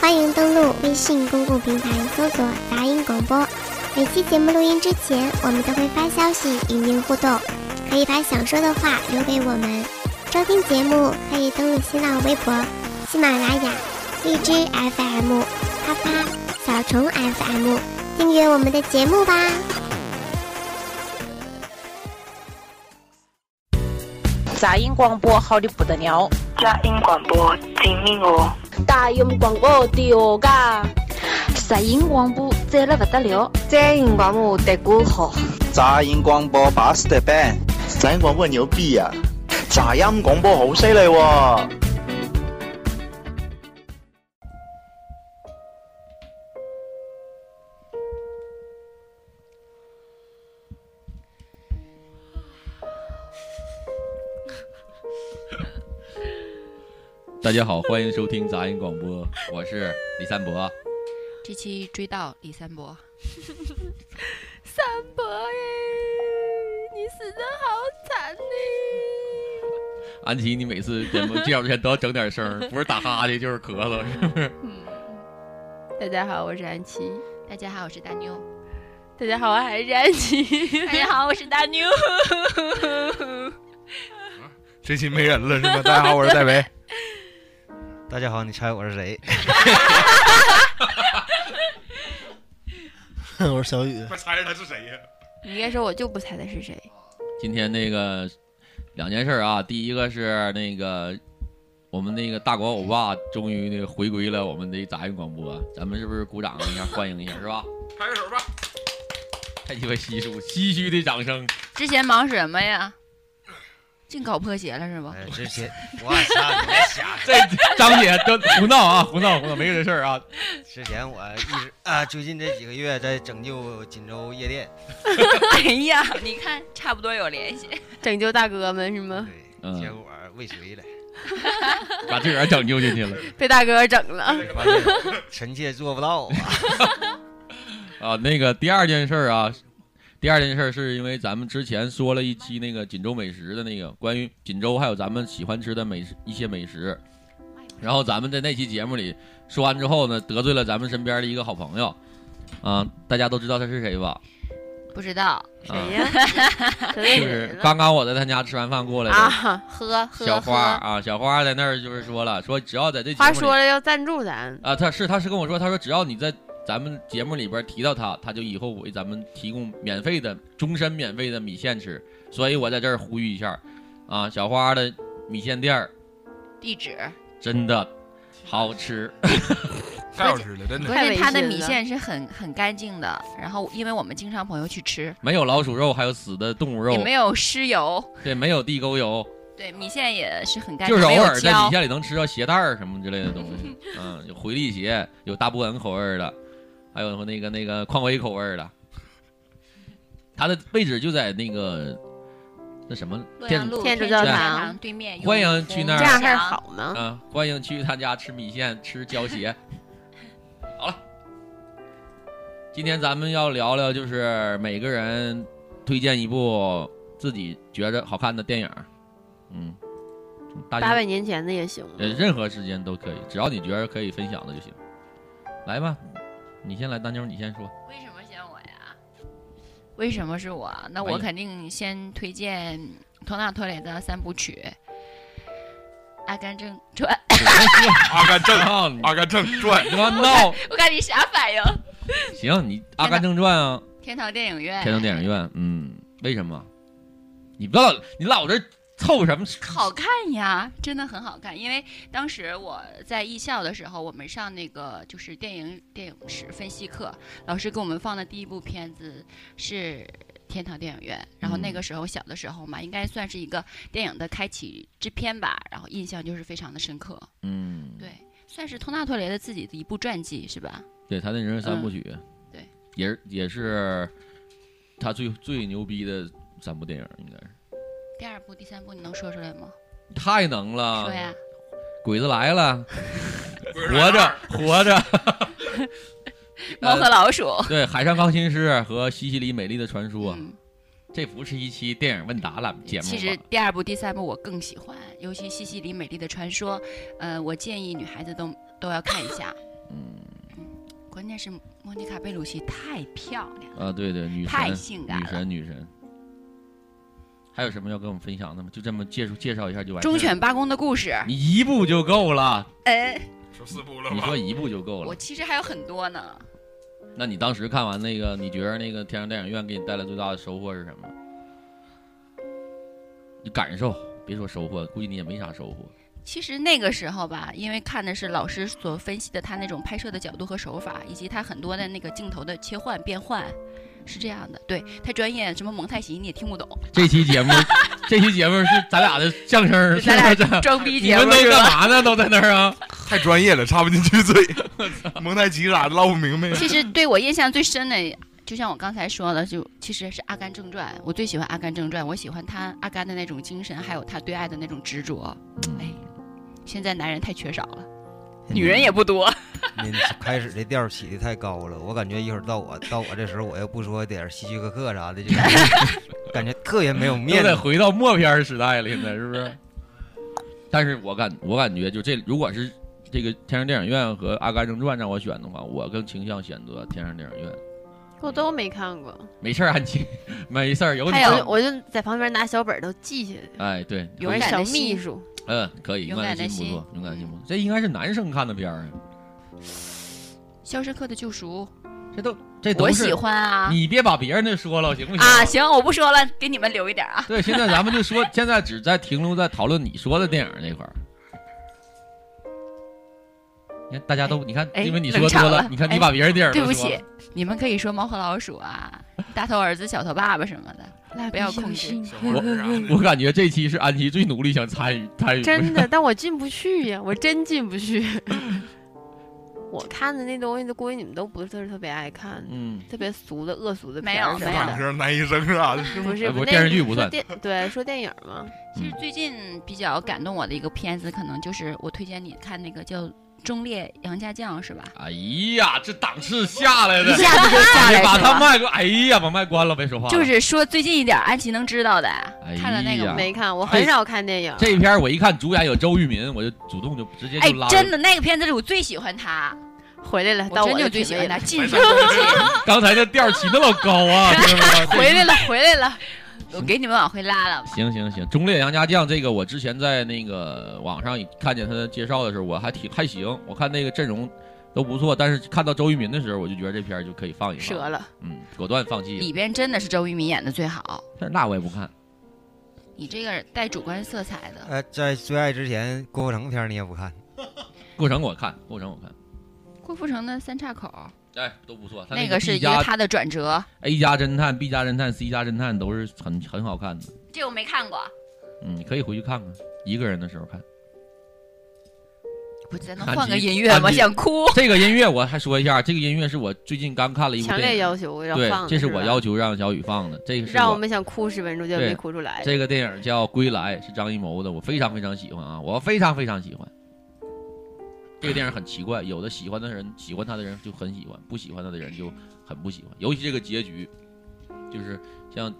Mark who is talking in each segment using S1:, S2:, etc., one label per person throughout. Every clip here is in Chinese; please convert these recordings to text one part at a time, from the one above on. S1: 欢迎登录微信公共平台搜索“杂音广播”。每期节目录音之前，我们都会发消息与您互动，可以把想说的话留给我们。收听节目可以登录新浪微博、喜马拉雅、荔枝 FM、啪啪、小虫 FM，订阅我们的节目吧。
S2: 杂音广播好的不得了，
S3: 佳音广播，请命哦！
S4: 大音广播丢噶，
S5: 杂音广播赞了不得了，
S6: 杂音广播得过好，
S7: 杂音广播巴适得板，
S8: 杂音广播牛逼啊！
S9: 杂音广播好犀利喎！
S10: 大家好，欢迎收听杂音广播，我是李三博。
S11: 这期追悼李三博，
S12: 三博哎，你死的好惨呢！
S10: 安琪，你每次节目介绍之前都要整点声，不是打哈欠就是咳嗽，是不是？嗯。
S12: 大家好，我是安琪。
S11: 大家好，我是大妞。
S12: 大家好，我还是安琪。
S11: 大家好，我是大
S10: 啊
S11: 妞。
S10: 这期没人了是吧？大家好，我是戴维。
S13: 大家好，你猜我是谁？
S14: 我是小雨。
S10: 快猜他是谁呀？
S12: 你应该说，我就不猜他是谁。
S10: 今天那个两件事啊，第一个是那个我们那个大广欧巴终于那个回归了我们的杂音广播，咱们是不是鼓掌一下欢迎一下是吧？
S15: 拍个手吧！
S10: 太鸡巴稀疏，唏嘘的掌声。
S11: 之前忙什么呀？净搞破鞋了是吧？
S10: 哎
S13: 这些，我操！别瞎，
S10: 这张姐都胡闹啊，胡闹胡闹，没有这事儿啊。
S13: 之前我一直啊，最近这几个月在拯救锦州夜店。
S11: 哎呀，你看，差不多有联系。
S12: 拯救大哥们是吗？
S13: 对，结果未遂了，
S10: 嗯把自个儿拯救进去了，
S12: 被大哥整了。
S13: 臣妾做不到啊。
S10: 啊，那个第二件事啊。第二件事是因为咱们之前说了一期那个锦州美食的那个关于锦州还有咱们喜欢吃的美食一些美食，然后咱们在那期节目里说完之后呢，得罪了咱们身边的一个好朋友，啊、呃，大家都知道他是谁吧？啊
S11: 不知道
S12: 谁呀？
S10: 就、呃、是刚刚我在他家吃完饭过来的
S12: 啊，
S11: 喝
S10: 小花啊，小花在那儿就是说了，说只要在这
S12: 花说了要赞助咱
S10: 啊，他是他是跟我说，他说只要你在。咱们节目里边提到他，他就以后为咱们提供免费的、终身免费的米线吃。所以我在这儿呼吁一下，啊，小花的米线店儿
S11: 地址
S10: 真的好吃，
S15: 太好吃了，真的。
S11: 关键他的米线是很很干净的，然后因为我们经常朋友去吃，
S10: 没有老鼠肉，还有死的动物肉，
S11: 也没有尸油，
S10: 对，没有地沟油。
S11: 对，米线也是很干
S10: 净，就是偶尔在米线里能吃到鞋带儿什么之类的东西，嗯，有回力鞋，有大波恩口味的。还有那个那个匡威口味的，它的位置就在那个那什么
S11: 天啊路
S12: 天
S11: 主
S12: 教
S11: 堂对面。
S10: 欢迎去那儿，
S12: 这样还好吗？
S10: 嗯，欢迎去他家吃米线、 吃胶鞋。好了，今天咱们要聊聊，就是每个人推荐一部自己觉着好看的电影。嗯，啊
S12: 八百年前的也行，
S10: 呃，任何时间都可以，只要你觉得可以分享的就行。来吧。你先来，大妞，你先说。
S11: 为什么选我呀？为什么是我？那我肯定先推荐托纳托雷的三部曲，《阿甘正 传》
S15: 阿甘正，阿甘正传，
S10: 他妈闹！
S11: 我看你啥反应？
S10: 行，你《阿甘正传》啊，
S11: 天堂电影院，
S10: 天堂电影院，嗯，为什么？你不要，你老这凑什么？
S11: 好看呀，真的很好看。因为当时我在艺校的时候，我们上那个就是电影电影史分析课，老师给我们放的第一部片子是《天堂电影院》。然后
S10: 嗯
S11: 那个时候小的时候嘛，应该算是一个电影的开启制片吧。然后印象就是非常的深刻。
S10: 嗯，
S11: 对，算是托纳托雷的自己的一部传记是吧？
S10: 对他那人生三部曲，
S11: 嗯、对，
S10: 也是也是他最最牛逼的三部电影，应该是。
S11: 第二部、第三部，你能说出来吗？
S10: 太能了！
S11: 说呀，
S10: 鬼子来了，活着，活着。
S11: 猫和老鼠。
S10: 呃、对，《海上钢琴师》和《西西里美丽的传说》
S11: 嗯，
S10: 这不是一期电影问答了节目。
S11: 其实第二部、第三部我更喜欢，尤其《西西里美丽的传说》，呃，我建议女孩子都都要看一下。
S10: 嗯，
S11: 关键是莫妮卡贝鲁西太漂亮了
S10: 啊，对对，女神，
S11: 太性感
S10: 女
S11: 了
S10: 神，女神。还有什么要跟我们分享的吗？就这么介绍介绍一下就完。
S11: 忠犬，八公的故事。
S10: 你一部就够了。
S11: 哎，
S15: 说四部了
S10: 你
S15: 吧？
S10: 说一部就够
S11: 我
S10: 了。
S11: 其实还有很多呢。
S10: 那你当时看完那个，你觉得那个天上电影院给你带来最大的收获是什么？你感受，别说收获，估计你也没啥收获。
S11: 其实那个时候吧，因为看的是老师所分析的他那种拍摄的角度和手法，以及他很多的那个镜头的切换变换，是这样的。对，太专业，什么蒙太奇你也听不懂。
S10: 这期节 目，这期节目是咱俩的相声，是
S11: 咱俩
S10: 不是？
S11: 装逼
S10: 你
S11: 节
S10: 们
S11: 目
S10: 都
S11: 是
S10: 干
S11: 吧？
S10: 嘛呢？都在那儿啊？
S15: 太专业了，插不进去嘴。蒙太奇咋唠不明白呀？
S11: 其实对我印象最深的，就像我刚才说的，就其实是《阿甘正传》，我最喜欢《阿甘正传》，我喜欢他阿甘的那种精神，还有他对爱的那种执着。哎，现在男人太缺少了，女人也不多。
S13: 您开始这调儿起的太高了，我感觉一会儿到我到我这时候，我要不说点儿希区柯克啥的，就感觉感觉特别没有面
S10: 都得
S13: 子。
S10: 回到默片时代了，现在是不 是？但是我感我感觉，就这如果是这个天上电影院和《阿甘正传》让我选的话，我更倾向选择天上电影院。
S12: 我都没看过。
S10: 没事儿，安琪， 没事儿，有你
S12: 还。有，我就在旁边拿小本儿都记下来，
S10: 哎，对，
S12: 有人小秘书。
S10: 嗯，可以，勇
S11: 勇
S10: 敢
S11: 敢
S10: 的
S11: 的
S10: 心
S11: 心
S10: 不错，勇敢的心不错。这应该是男生看的片儿啊，
S11: 《肖申克的救赎
S10: 这都这》，都
S11: 我
S10: 是
S11: 喜欢啊。
S10: 你别把别人的说了，行不行？
S11: 啊，行，我不说了，给你们留一点啊。
S10: 对，现在咱们就说， 现在只在停留在讨论你说的电影那块儿。你看，大家都你看，
S11: 哎
S10: 因为你
S11: 冷
S10: 说多
S11: 场
S10: 了
S11: 了，
S10: 你看
S11: 哎
S10: 你把别人电影
S11: 对
S10: 都
S11: 不
S10: 说
S11: 起
S10: 了，
S11: 你们可以说猫和老鼠啊，大头儿子小头爸爸什么的，不要控制。
S10: 我我感觉这期是安琪最努力想参与参与，
S12: 真的，但我进不去呀，我真进不去。我看的那东西，估计你们都不是特别爱看，
S10: 嗯，
S12: 特别俗的、恶俗的
S11: 没
S12: 片儿
S11: 有
S12: 什
S11: 没
S12: 么
S11: 有
S12: 的
S15: 大哥男医生啥的，是
S12: 不是
S10: 哎
S12: 不
S10: 不
S12: 那
S10: 电视剧
S12: 是
S10: 不算
S12: 电 对，说电影嘛，
S11: 其实最近比较感动我的一个片子，可能就是我推荐你看那个叫《忠烈杨家将》，是吧？
S10: 哎呀，这档次下来的，
S11: 一下子就下来
S10: 你把
S11: 是
S10: 他
S11: 吧
S10: 麦关，哎呀，把麦关了，别说话了。
S11: 就是说最近一点，安琪能知道的，
S10: 哎
S11: 看了那个
S10: 呀
S11: 吗？
S12: 没看，我
S10: 这
S12: 很少看电影。
S10: 这片儿我一看主演有周渝民，我就主动就直接
S11: 哎
S10: 就拉，了。
S11: 真的那个片子是我最喜欢他，
S12: 回来了，
S11: 我
S12: 哎到
S11: 真
S12: 我
S11: 就
S12: 的
S11: 最
S12: 品
S11: 喜
S12: 味
S11: 欢他，
S12: 了，
S11: 近身不近。
S10: 刚才这调儿起的老高 啊，听着没有？
S12: 回来了，回来 了。
S11: 我给你们往回拉了，
S10: 行行行，忠烈杨家将这个，我之前在那个网上看见他的介绍的时候，我还挺还行，我看那个阵容都不错，但是看到周渝民的时候，我就觉得这片儿就可以放一放，
S12: 折了，
S10: 嗯，果断放弃了。
S11: 里边真的是周渝民演的最好。
S10: 但是那我也不看，
S11: 你这个带主观色彩的，
S13: 呃，在追爱之前，郭富城片儿你也不看，
S10: 过程我看，过程我看，
S11: 郭富城的三岔口，
S10: 哎，都不错。他
S11: 那
S10: 个
S11: 是
S10: B
S11: 一个
S10: 加
S11: 他的转折，
S10: A 加侦探、B 加侦探、C 加侦探都是很很好看的，
S11: 这我没看过，
S10: 嗯，你可以回去看看，一个人的时候看。
S11: 不是咱能
S10: 安
S11: 换个
S10: 吉
S11: 音乐
S10: 安
S11: 吗？
S10: 吉
S11: 想哭。
S10: 这个音乐我还说一下，这个音乐是我最近刚看了一部
S12: 强
S10: 电
S12: 烈
S10: 影
S12: 要求要
S10: 对
S12: 放的，
S10: 这是我要
S12: 求，
S10: 求让小雨放的，这个是
S12: 让我们想哭十分钟就
S10: 对
S12: 没哭出来。
S10: 这个电影叫《归来》，是张艺谋的，我非常非常喜欢啊，我非常非常喜欢。这个电影很奇怪，有的喜欢的人喜欢他的人就很喜欢，不喜欢他的人就很不喜欢。尤其这个结局，就是像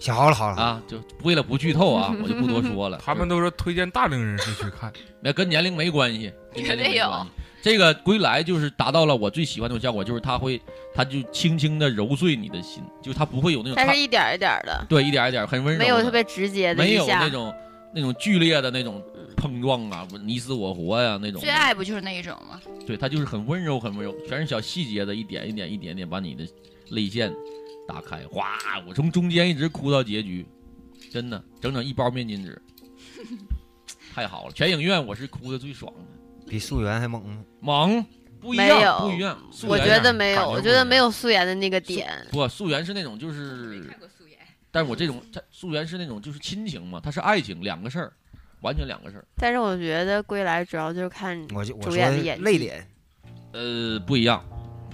S13: 行，好了好了，
S10: 啊，就为了不剧透啊，我就不多说了。
S15: 他们
S10: 都
S15: 都说推荐大龄人士去看，
S10: 那跟年龄没关系，跟
S11: 绝
S10: 年龄
S11: 对
S10: 没
S11: 有
S10: 关系。这个《归来》就是达到了我最喜欢那种效果，就是他会，他就轻轻的揉碎你的心，就他不会有那种
S12: 但
S10: 他
S12: 是一点儿一点儿的，
S10: 对一点一点很温柔的，
S12: 没有特别直接的
S10: 没
S12: 一
S10: 有
S12: 下
S10: 那。种那种剧烈的那种碰撞啊，你死我活呀、那种
S11: 最。爱不就是那一种吗？
S10: 对，它就是很温柔，很温柔，全是小细节的，一点一点一点点把你的泪腺打开，哗！我从中间一直哭到结局，真的，整整一包面巾 纸，太好了！全影院我是哭的最爽的，
S13: 比溯源还猛呢。
S10: 萌，不一
S12: 没
S10: 样，
S12: 有
S10: 不一样。素
S12: 我
S10: 颜
S12: 觉
S10: 感
S12: 得没有，我觉得没有素颜的那个点。
S10: 不，素媛是那种就是，但是我这种它素媛是那种就是亲情嘛，它是爱情，两个事儿，完全两个事儿。
S12: 但是我觉得归来主要就是看
S13: 我就我
S12: 主
S13: 说
S12: 演的演技，
S13: 泪点，
S10: 呃，不一样，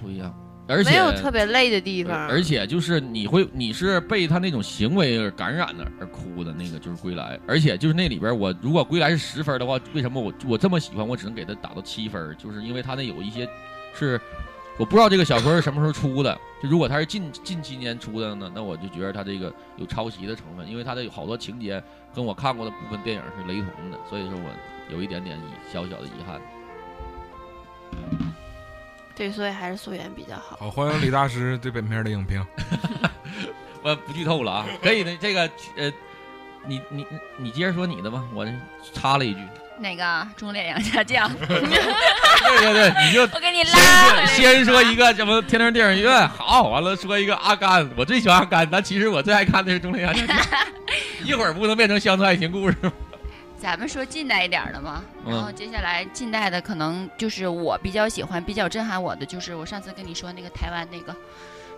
S10: 不一样，而且
S12: 没有特别累的地方。
S10: 而而且就是你会，你是被他那种行为而感染的而哭的那个，就是归来。而且就是那里边，我如果归来是十分的话，为什么我我这么喜欢，我只能给他打到七分儿？就是因为他那有一些是我不知道这个小说是什么时候出的。就如果他是近近七年出的呢，那我就觉得他这个有抄袭的成分，因为他的有好多情节跟我看过的部分电影是雷同的，所以说我有一点点遗小小的遗憾。
S12: 对，所以还是溯源比较好。
S14: 好，欢迎李大师对本片的影评。
S10: 我不剧透了啊，可以的。这个呃，你你你接着说你的吧，我这插了一句。
S11: 哪个忠烈杨家将？
S10: 对对对，你就
S11: 我给你拉回来
S10: 先说一个什么天堂电影院，好，完了说一个阿甘，我最喜欢阿甘，但其实我最爱看的是忠烈杨 家将。一会儿不能变成乡村爱情故事吗？
S11: 咱们说近代一点儿的嘛，
S10: 嗯
S11: 然后接下来近代的可能就是我比较喜欢、比较震撼我的，就是我上次跟你说那个台湾那个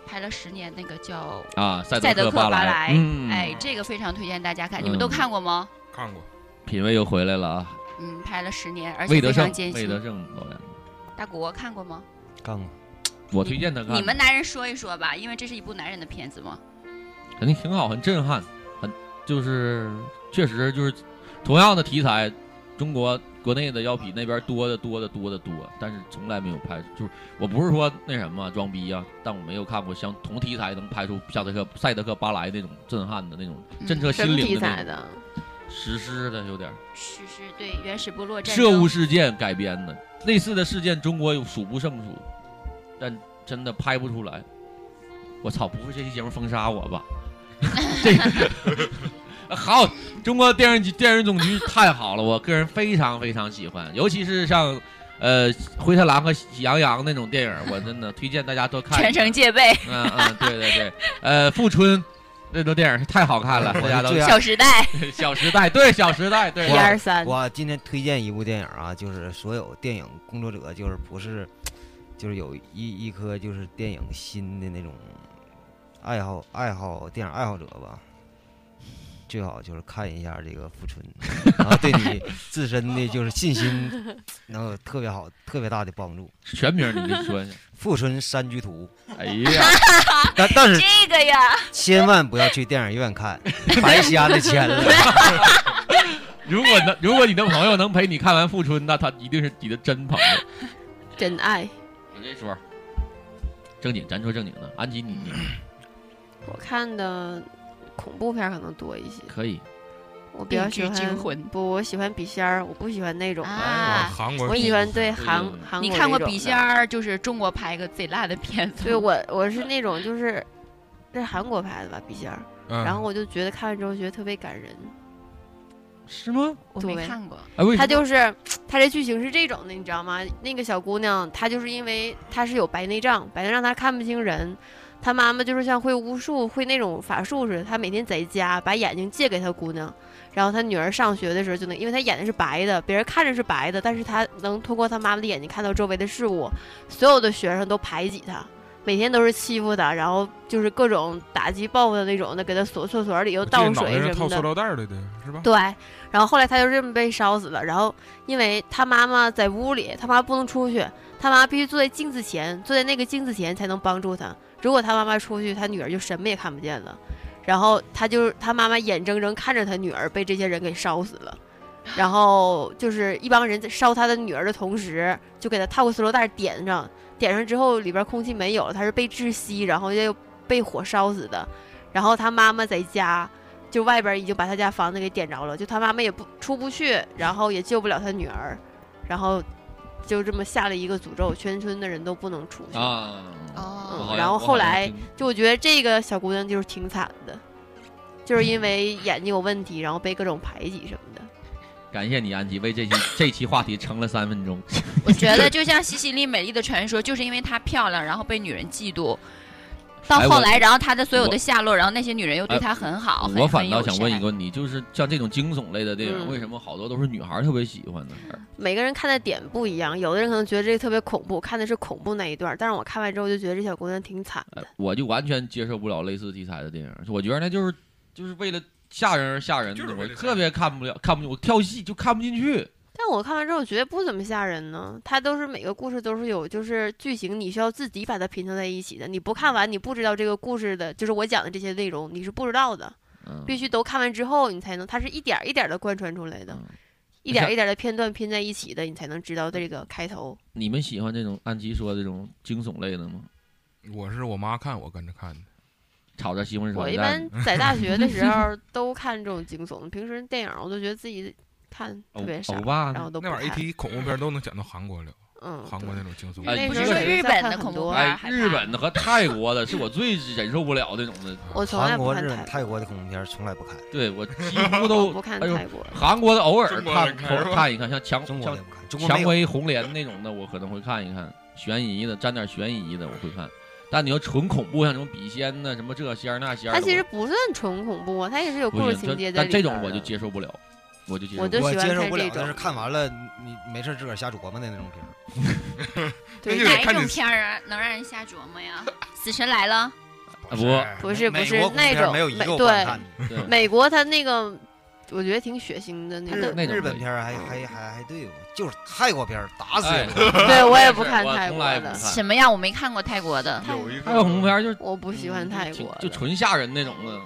S11: 拍了十年那个叫
S10: 啊
S11: 塞
S10: 赛
S11: 德
S10: 德
S11: 克
S10: 克
S11: 巴
S10: 巴莱
S11: 莱，
S10: 嗯
S11: 哎，这个非常推荐大家看，你们
S10: 嗯
S11: 都看过吗？
S14: 看过，
S10: 品味又回来了啊！
S11: 嗯，拍了十年，而且
S10: 魏德
S11: 非
S10: 胜
S11: 常艰，
S10: 魏德
S11: 辛。
S10: 胜导演，
S11: 大国看过吗？
S13: 看过，
S10: 我推荐他看。
S11: 你们男人说一说吧，因为这是一部男人的片子嘛。
S10: 肯定挺好，很震撼，很就是确实就是同样的题材，中国国内的要比那边多得多得多得多，但是从来没有拍，就是我不是说那什么装逼啊，但我没有看过像同题材能拍出夏德克塞德克巴莱那种震撼的那种震慑
S12: 什
S10: 心
S12: 么
S10: 灵
S12: 题
S10: 的那
S12: 材
S10: 种
S12: 的？
S10: 史诗的有点儿
S11: 是是对原始部落战
S10: 涉
S11: 争
S10: 巫事件改编的，类似的事件中国有数不胜数，但真的拍不出来。我操，不会这期节目封杀我 吧？这个 好，中国电视局电视总局太好了，我个人非常非常喜欢，尤其是像呃《灰太狼》和《喜羊羊》那种电影，我真的推荐大家多看。
S11: 全程戒备，
S10: 嗯嗯，对对对，呃，《富春》那部电影太好看了，大家都
S13: 我最爱
S11: 小时代
S10: 小时代，对《小时代》，对，
S13: 我
S12: 三
S13: 我今天推荐一部电影啊，就是所有电影工作者，就是不是，就是有一一颗就是电影新的那种爱好爱好电影爱好者吧，最好就是看一下这个《富春》， 然后对你自身的就是信心能有特别好、特别大的帮助。
S10: 全名你给说一下，《
S13: 富春山居图》。
S10: 哎呀，
S12: 啊
S13: 但但是
S11: 这个呀，
S13: 千万不要去电影院 看，白瞎的钱了。
S10: 如果能，如果你的朋友能陪你看完《富春》，那他一定是你的真朋友。
S12: 真爱。
S10: 我这说，正经，咱说正经的，安吉你你
S12: 我看的恐怖片儿可能多一些，
S10: 可以，
S12: 我比较
S11: 病
S12: 喜
S11: 句
S12: 欢
S11: 惊魂
S12: 不，我喜欢笔仙儿，我不喜欢那种的。
S11: 啊
S14: 韩国
S12: 我喜欢对韩韩国
S11: 你看过
S12: 那种
S11: 笔
S12: 的
S11: 仙儿，就是中国拍一个贼烂的片子。
S12: 对我我是那种就是，那是韩国拍的吧，笔仙儿。
S10: 嗯
S12: 然后我就觉得看完之后觉得特别感人。
S10: 是吗？
S11: 我没看过。
S10: 哎为什
S12: 他
S10: 么
S12: 就是他这剧情是这种的，你知道吗？那个小姑娘她就是因为她是有白内障，白内障她看不清人。她妈妈就是像会巫术、会那种法术似的，她每天在家把眼睛借给她姑娘，然后她女儿上学的时候就能，因为她眼睛是白的，别人看着是白的，但是她能通过她妈妈的眼睛看到周围的事物。所有的学生都排挤她，每天都是欺负她，然后就是各种打击报复的那种的，给她锁厕所里又倒
S14: 脑袋
S12: 水
S14: 上
S12: 什么
S14: 套
S12: 的。
S14: 塑料袋儿的，对，是吧？
S12: 对，然后后来他就这么被烧死了。然后因为他妈妈在屋里，他妈不能出去，他妈必须坐在镜子前，坐在那个镜子前才能帮助他。如果他妈妈出去，他女儿就什么也看不见了。然后他就是他妈妈眼睁睁看着他女儿被这些人给烧死了。然后就是一帮人在烧他的女儿的同时，就给他套个塑料袋点上，点上之后里边空气没有了，他是被窒息，然后又被火烧死的。然后他妈妈在家，就外边已经把他家房子给点着了，就他妈妈也不出不去，然后也救不了他女儿，然后就这么下了一个诅咒，全村的人都不能出去。
S10: 啊，
S11: 哦
S10: 我好
S12: 嗯，
S10: 像
S12: 然后
S10: 我好
S12: 后
S10: 像
S12: 来
S10: 听
S12: 就我觉得这个小姑娘就是挺惨的，就是因为眼睛有问题，然后被各种排挤什么的。
S10: 感谢你安吉为 这期这期话题撑了三分钟。
S11: 我觉 得就像西西里美丽的传说，就是因为她漂亮，然后被女人嫉妒，到
S10: 哎
S11: 后
S10: 我
S11: 来，然后她的所有
S10: 我
S11: 的下落，然后那些女人又对
S10: 哎
S11: 她很好。很
S10: 我反倒
S11: 很友
S10: 想问一
S11: 善
S10: 个问题，就是像这种惊悚类的电影，
S12: 啊嗯
S10: 为什么好多都是女孩儿特别喜欢呢？
S12: 每个人看的点不一样，有的人可能觉得这个特别恐怖，看的是恐怖那一段儿，但是我看完之后就觉得这小姑娘挺惨的。
S10: 我就完全接受不了类似题材的电影，我觉得那就是就是为了吓人而吓人的，我特别看不了，看不进，我跳戏就看不进去。
S12: 但我看完之后觉得不怎么吓人呢，它都是每个故事都是有就是剧情，你需要自己把它拼凑在一起的。你不看完，你不知道这个故事的，就是我讲的这些内容，你是不知道的。
S10: 嗯
S12: 必须都看完之后，你才能，它是一点儿一点的贯穿出来的，一点儿一点的片段拼在一起的，你才能知道这个开头。
S10: 你们喜欢这种安吉说的这种惊悚类的吗？
S14: 我是我妈看，我跟着看的。
S10: 炒着西红柿炒
S12: 我
S10: 鸡
S12: 一
S10: 蛋
S12: 般。在大学的时候都看这种惊悚的，平时电影我都觉得自己看特别少，然后都不
S14: 那玩意儿一
S12: 看
S14: 提恐怖片都能讲到韩国了，
S12: 嗯，
S14: 韩国那种惊悚
S12: 那
S10: 呃
S13: 哎
S14: 片。
S12: 时
S11: 不
S12: 候
S11: 是说
S12: 也是
S11: 日
S12: 在
S11: 本
S12: 看
S11: 的
S12: 很
S11: 恐怖
S12: 多
S11: 片
S10: 哎
S11: 儿，害
S10: 日
S11: 怕
S10: 本的和泰国的是我最忍受不了那种的。
S12: 我从来
S13: 韩
S12: 不
S13: 国、
S12: 看
S13: 日
S12: 泰
S13: 本、泰国的恐怖片儿从来不看。
S10: 对我几乎 都
S12: 不看
S10: 哎呦
S12: 泰国
S10: 韩国的偶尔
S13: 中国人
S10: 看
S13: 看是吧
S10: 看一看，像蔷
S13: 中国
S10: 像
S13: 人不看中国没有
S10: 蔷薇红莲那种的，我可能会看一看，悬疑的沾点悬疑的我会看。但你要纯恐怖，像什么笔仙呐，什么这仙儿那仙儿
S12: 它
S10: 的，
S12: 其实
S10: 我
S12: 不算纯恐怖啊，它也是有
S10: 不
S12: 故事
S10: 行
S12: 情
S10: 这
S12: 节在
S10: 但
S12: 里
S10: 这种
S12: 边儿
S10: 我就
S12: 的
S10: 接受不了，我就接受
S12: 我
S10: 不
S12: 就
S10: 了。
S13: 我
S12: 喜欢
S13: 接受
S12: 看
S13: 不
S12: 这
S13: 了，但是
S12: 种
S13: 看完了你没事儿自个儿瞎琢磨的那种片儿。
S12: 对
S11: 哪一种片儿啊，能让人瞎琢磨呀？死神来了，
S10: 啊不，
S12: 不是不
S13: 美
S12: 是
S13: 国恐怖
S12: 那
S13: 片儿
S12: 种
S13: 没有一
S12: 美
S13: 个我
S12: 对
S13: 敢看的
S10: 对
S12: 美国它那个我觉得挺血腥的那
S13: 日
S12: 种，
S10: 那种
S13: 日本
S10: 类
S13: 片儿
S15: 嗯
S13: 还还还还对付，就是泰国片儿打死
S10: 哎
S13: 也不看。
S12: 对我也
S10: 是
S12: 不看
S10: 我
S12: 泰
S10: 从
S12: 国
S10: 来不
S12: 的
S10: 看
S11: 什么呀？我没看过泰国 的，
S14: 有一
S10: 泰
S14: 个
S10: 国恐怖片儿就是
S12: 我不喜欢泰
S10: 挺
S12: 国的，
S10: 嗯就纯吓人那种的。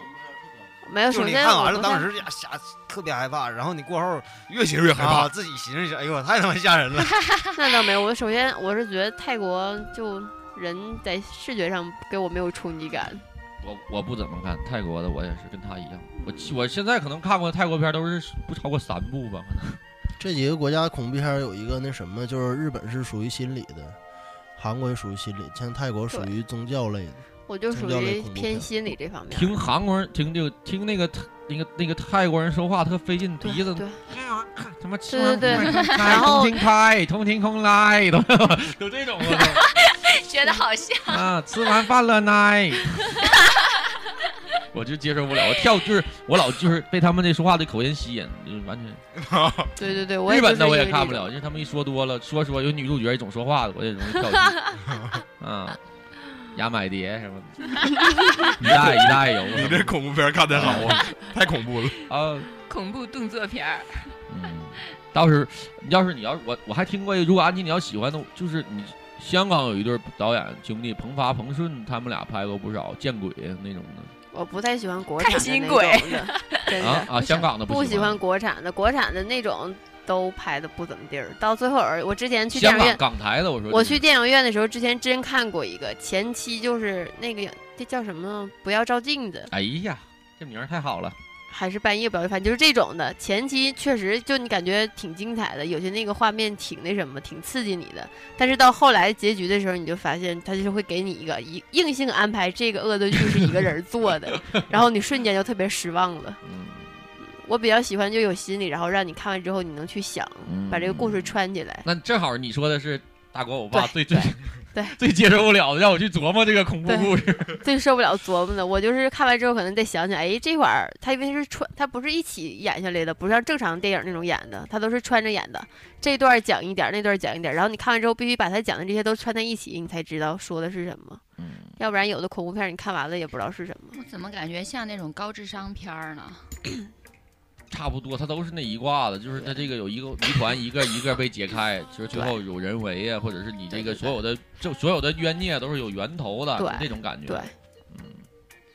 S12: 没有。
S13: 就
S12: 呃首
S13: 你
S12: 先
S13: 看
S12: 我
S13: 完
S12: 不
S13: 了，
S12: 太
S13: 当时呀吓特别害怕，然后你过后
S15: 越寻思越害
S13: 啊
S15: 怕。
S13: 自己寻思寻思，哎呦太他妈吓人 了。
S12: 那倒没有，我首先我是觉得泰国就人在视觉上给我没有冲击感，
S10: 我我不怎么看泰国的，我也是跟他一样。我我现在可能看过泰国片儿都是不超过三部吧，可能。
S16: 这几个国家恐怖片儿有一个那什么，就是日本是属于心理的，韩国也属于心理，像泰国属于宗教类的。
S12: 我就属
S16: 宗教类
S12: 于
S16: 恐怖
S12: 偏
S16: 片
S12: 心理这方面。
S10: 听韩国人听这个听那个那个那个泰国人说话特费劲，
S12: 对
S10: 鼻子
S12: 对
S10: 他妈吃
S12: 对对对
S10: 开
S12: 然后
S10: 通听开通听空来都 都这种啊
S11: 觉得好像
S10: 都啊，吃完饭了奶。 我就接受不了，我跳就是我老就是被他们这说话的口音吸引，就是完全。
S12: 对对对，我也
S10: 日本
S12: 就是
S10: 的我
S12: 因
S10: 也
S12: 为
S10: 看
S12: 这
S10: 不
S12: 种
S10: 了，因为他们一说多了，说说有女主角总说话的，我也容易跳戏。 啊，牙买蝶什么 的，一代一代有。
S15: 你这恐怖片儿看得好啊，太恐怖了。
S10: 啊， 嗯
S11: 恐怖动作片儿，
S10: 倒是你要是你要是我我还听过一个，如果安琪你要喜欢的，就是你香港有一对导演兄弟彭发彭顺，他们俩拍过不少见鬼那种的
S12: 我不太喜欢国产的
S11: 看新
S12: 那
S11: 鬼
S12: 种的，真的
S10: 啊啊，香港的
S12: 不喜
S10: 喜
S12: 欢
S10: 欢。
S12: 国产的，国产的那种都拍的不怎么地儿。到最后而我之前去电
S10: 香
S12: 影
S10: 港
S12: 院，
S10: 港台的，我说
S12: 我
S10: 这是
S12: 去电影院的时候，之前真看过一个，前期就是那个这叫什么？不要照镜子，
S10: 哎呀，这名儿太好了，
S12: 还是半夜不要翻，就是这种的。前期确实就你感觉挺精彩的，有些那个画面挺那什么，挺刺激你的。但是到后来结局的时候，你就发现他就是会给你一个一硬性安排，这个恶作剧是一个人做的，然后你瞬间就特别失望了。
S10: 嗯
S12: 我比较喜欢就有心理，然后让你看完之后你能去想，把这个故事
S10: 嗯
S12: 串起来。
S10: 那正好你说的是大国欧巴最
S12: 对
S10: 最
S12: 对
S10: 最接受不了的，让我去琢磨这个恐怖
S12: 对
S10: 故事。
S12: 最受不了琢磨的，我就是看完之后可能得想想，哎，这块儿他因为是穿，他不是一起演下来的，不是像正常电影那种演的，他都是穿着演的。这段讲一点，那段讲一点，然后你看完之后必须把他讲的这些都串在一起，你才知道说的是什么。要不然有的恐怖片你看完了也不知道是什么。
S11: 我怎么感觉像那种高智商片儿呢？
S10: 差不多，它都是那一挂的，就是它这个有一个谜团，一个一个被解开，就是最后有人为啊，或者是你这个所有的就所有的冤孽都是有源头的，
S12: 对
S10: 就这种感觉。
S12: 对，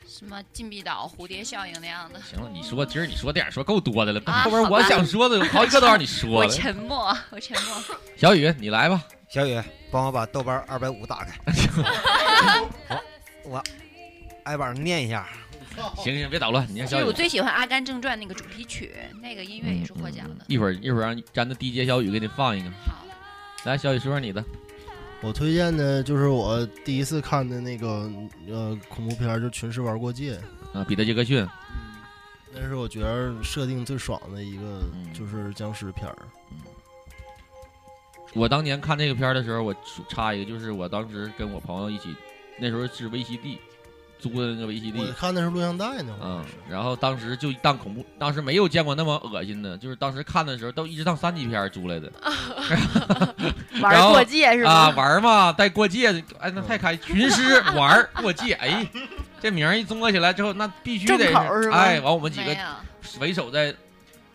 S11: 什么禁闭岛、蝴蝶效应那样的？
S10: 行了，你说今儿你说电影说够多的了，
S11: 啊
S10: 后边我
S11: 好吧
S10: 想说的有好几个都让你说
S11: 我
S10: 了。
S11: 沉默，我沉默。
S10: 小雨，你来吧，
S13: 小雨，帮我把豆瓣二百五打开。
S15: 哎
S13: 好，我挨板念一下。
S10: 行行，别捣乱，你先
S11: 其
S10: 小
S11: 实我
S10: 雨。
S11: 最喜欢《阿甘正传》那个主题曲，那个音乐
S10: 嗯
S11: 也是获奖的。
S10: 一会儿一会儿让咱的 DJ 小雨给你放一个。来，小雨说说你的。
S16: 我推荐的就是我第一次看的那个呃恐怖片儿，就《群尸玩过界》，
S10: 啊，彼得杰克逊，
S16: 那是我觉得设定最爽的一个
S10: 嗯
S16: 就是僵尸片儿。
S10: 我当年看这个片儿的时候，我插一个，就是我当时跟我朋友一起，那时候是 VCD，租的那个 VCD。
S16: 我看的是录像带呢，
S10: 嗯，然后当时就当恐怖，当时没有见过那么恶心的，就是当时看的时候都一直当三级片儿出来的，
S12: 玩
S10: 然后
S12: 过界是吗嗯
S10: 啊，玩儿嘛，带过界的，哎，那太开，群 尸玩儿过界，哎，这名儿一综合起来之后，那必须得
S12: 重口儿是吗
S10: 哎，完我们几
S11: 没
S10: 个
S11: 有
S10: 为首在，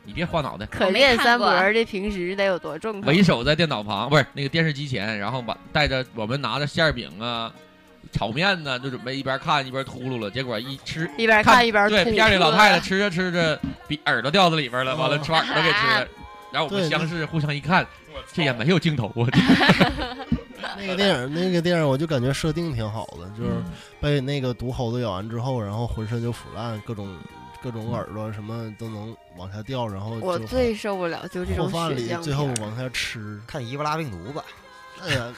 S10: 你别晃脑袋，
S12: 可见三伯儿这平时得有多 重口。
S10: 为首在电脑旁，不是那个电视机前，然后把带着我们拿着馅儿饼啊、炒面呢、就准备一边看一边秃噜了。结果一吃
S12: 一边看一边啊
S10: 对
S12: 吐
S10: 片儿里老太太吃着吃着，鼻耳朵掉子里边了，完了把耳朵给吃 了。然后我们
S16: 哦对
S10: 相视互相一看，这也没有镜头啊。
S16: 那个电影，那个电影我就感觉设定挺好的，就是
S10: 嗯
S16: 被那个毒猴子咬完之后，然后浑身就腐烂，各种各种耳朵什么都能往下掉，然后
S12: 我
S16: 就
S12: 最受不了就这
S16: 后
S12: 种
S16: 饭
S12: 血
S16: 里
S12: 浆
S16: 最
S12: 片
S16: 后
S12: 儿。
S16: 往下吃。
S13: 看伊布拉病毒吧，
S16: 哎呀，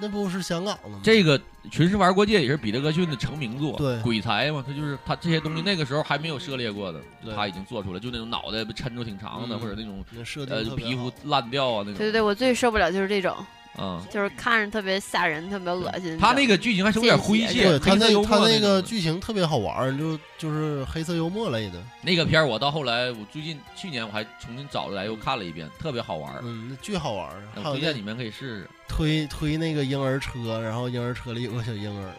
S16: 那不是香港的吗？
S10: 这个《群尸玩过界》也是彼得·格逊的成名作，
S16: 对嗯
S10: 鬼才嘛，他就是他这些东西那个时候还没有涉猎过的，他已经做出来，就那种脑袋被抻出挺长的，
S16: 嗯
S10: 或者那种
S16: 那设定
S10: 呃
S16: 特别
S10: 皮
S16: 好
S10: 肤烂掉啊那种，
S12: 对对对，我最受不了就是这种，
S10: 啊，
S12: 就是看着特别吓人、特别恶心。
S10: 他那个剧情还是有点诙谐
S16: 对他
S10: 黑色幽
S16: 那
S10: 默
S16: 他
S10: 那
S16: 那个
S10: 种
S16: 剧情特别好玩儿，就就是黑色幽默类的。
S10: 那个片儿我到后来，我最近去年我还重新找来又看了一遍，特别好玩儿，
S16: 嗯，那巨好玩儿。还
S10: 哎我
S16: 有
S10: 推
S16: 那
S10: 荐你们可以试试。
S16: 推推那个婴儿车，然后婴儿车里有个小婴儿，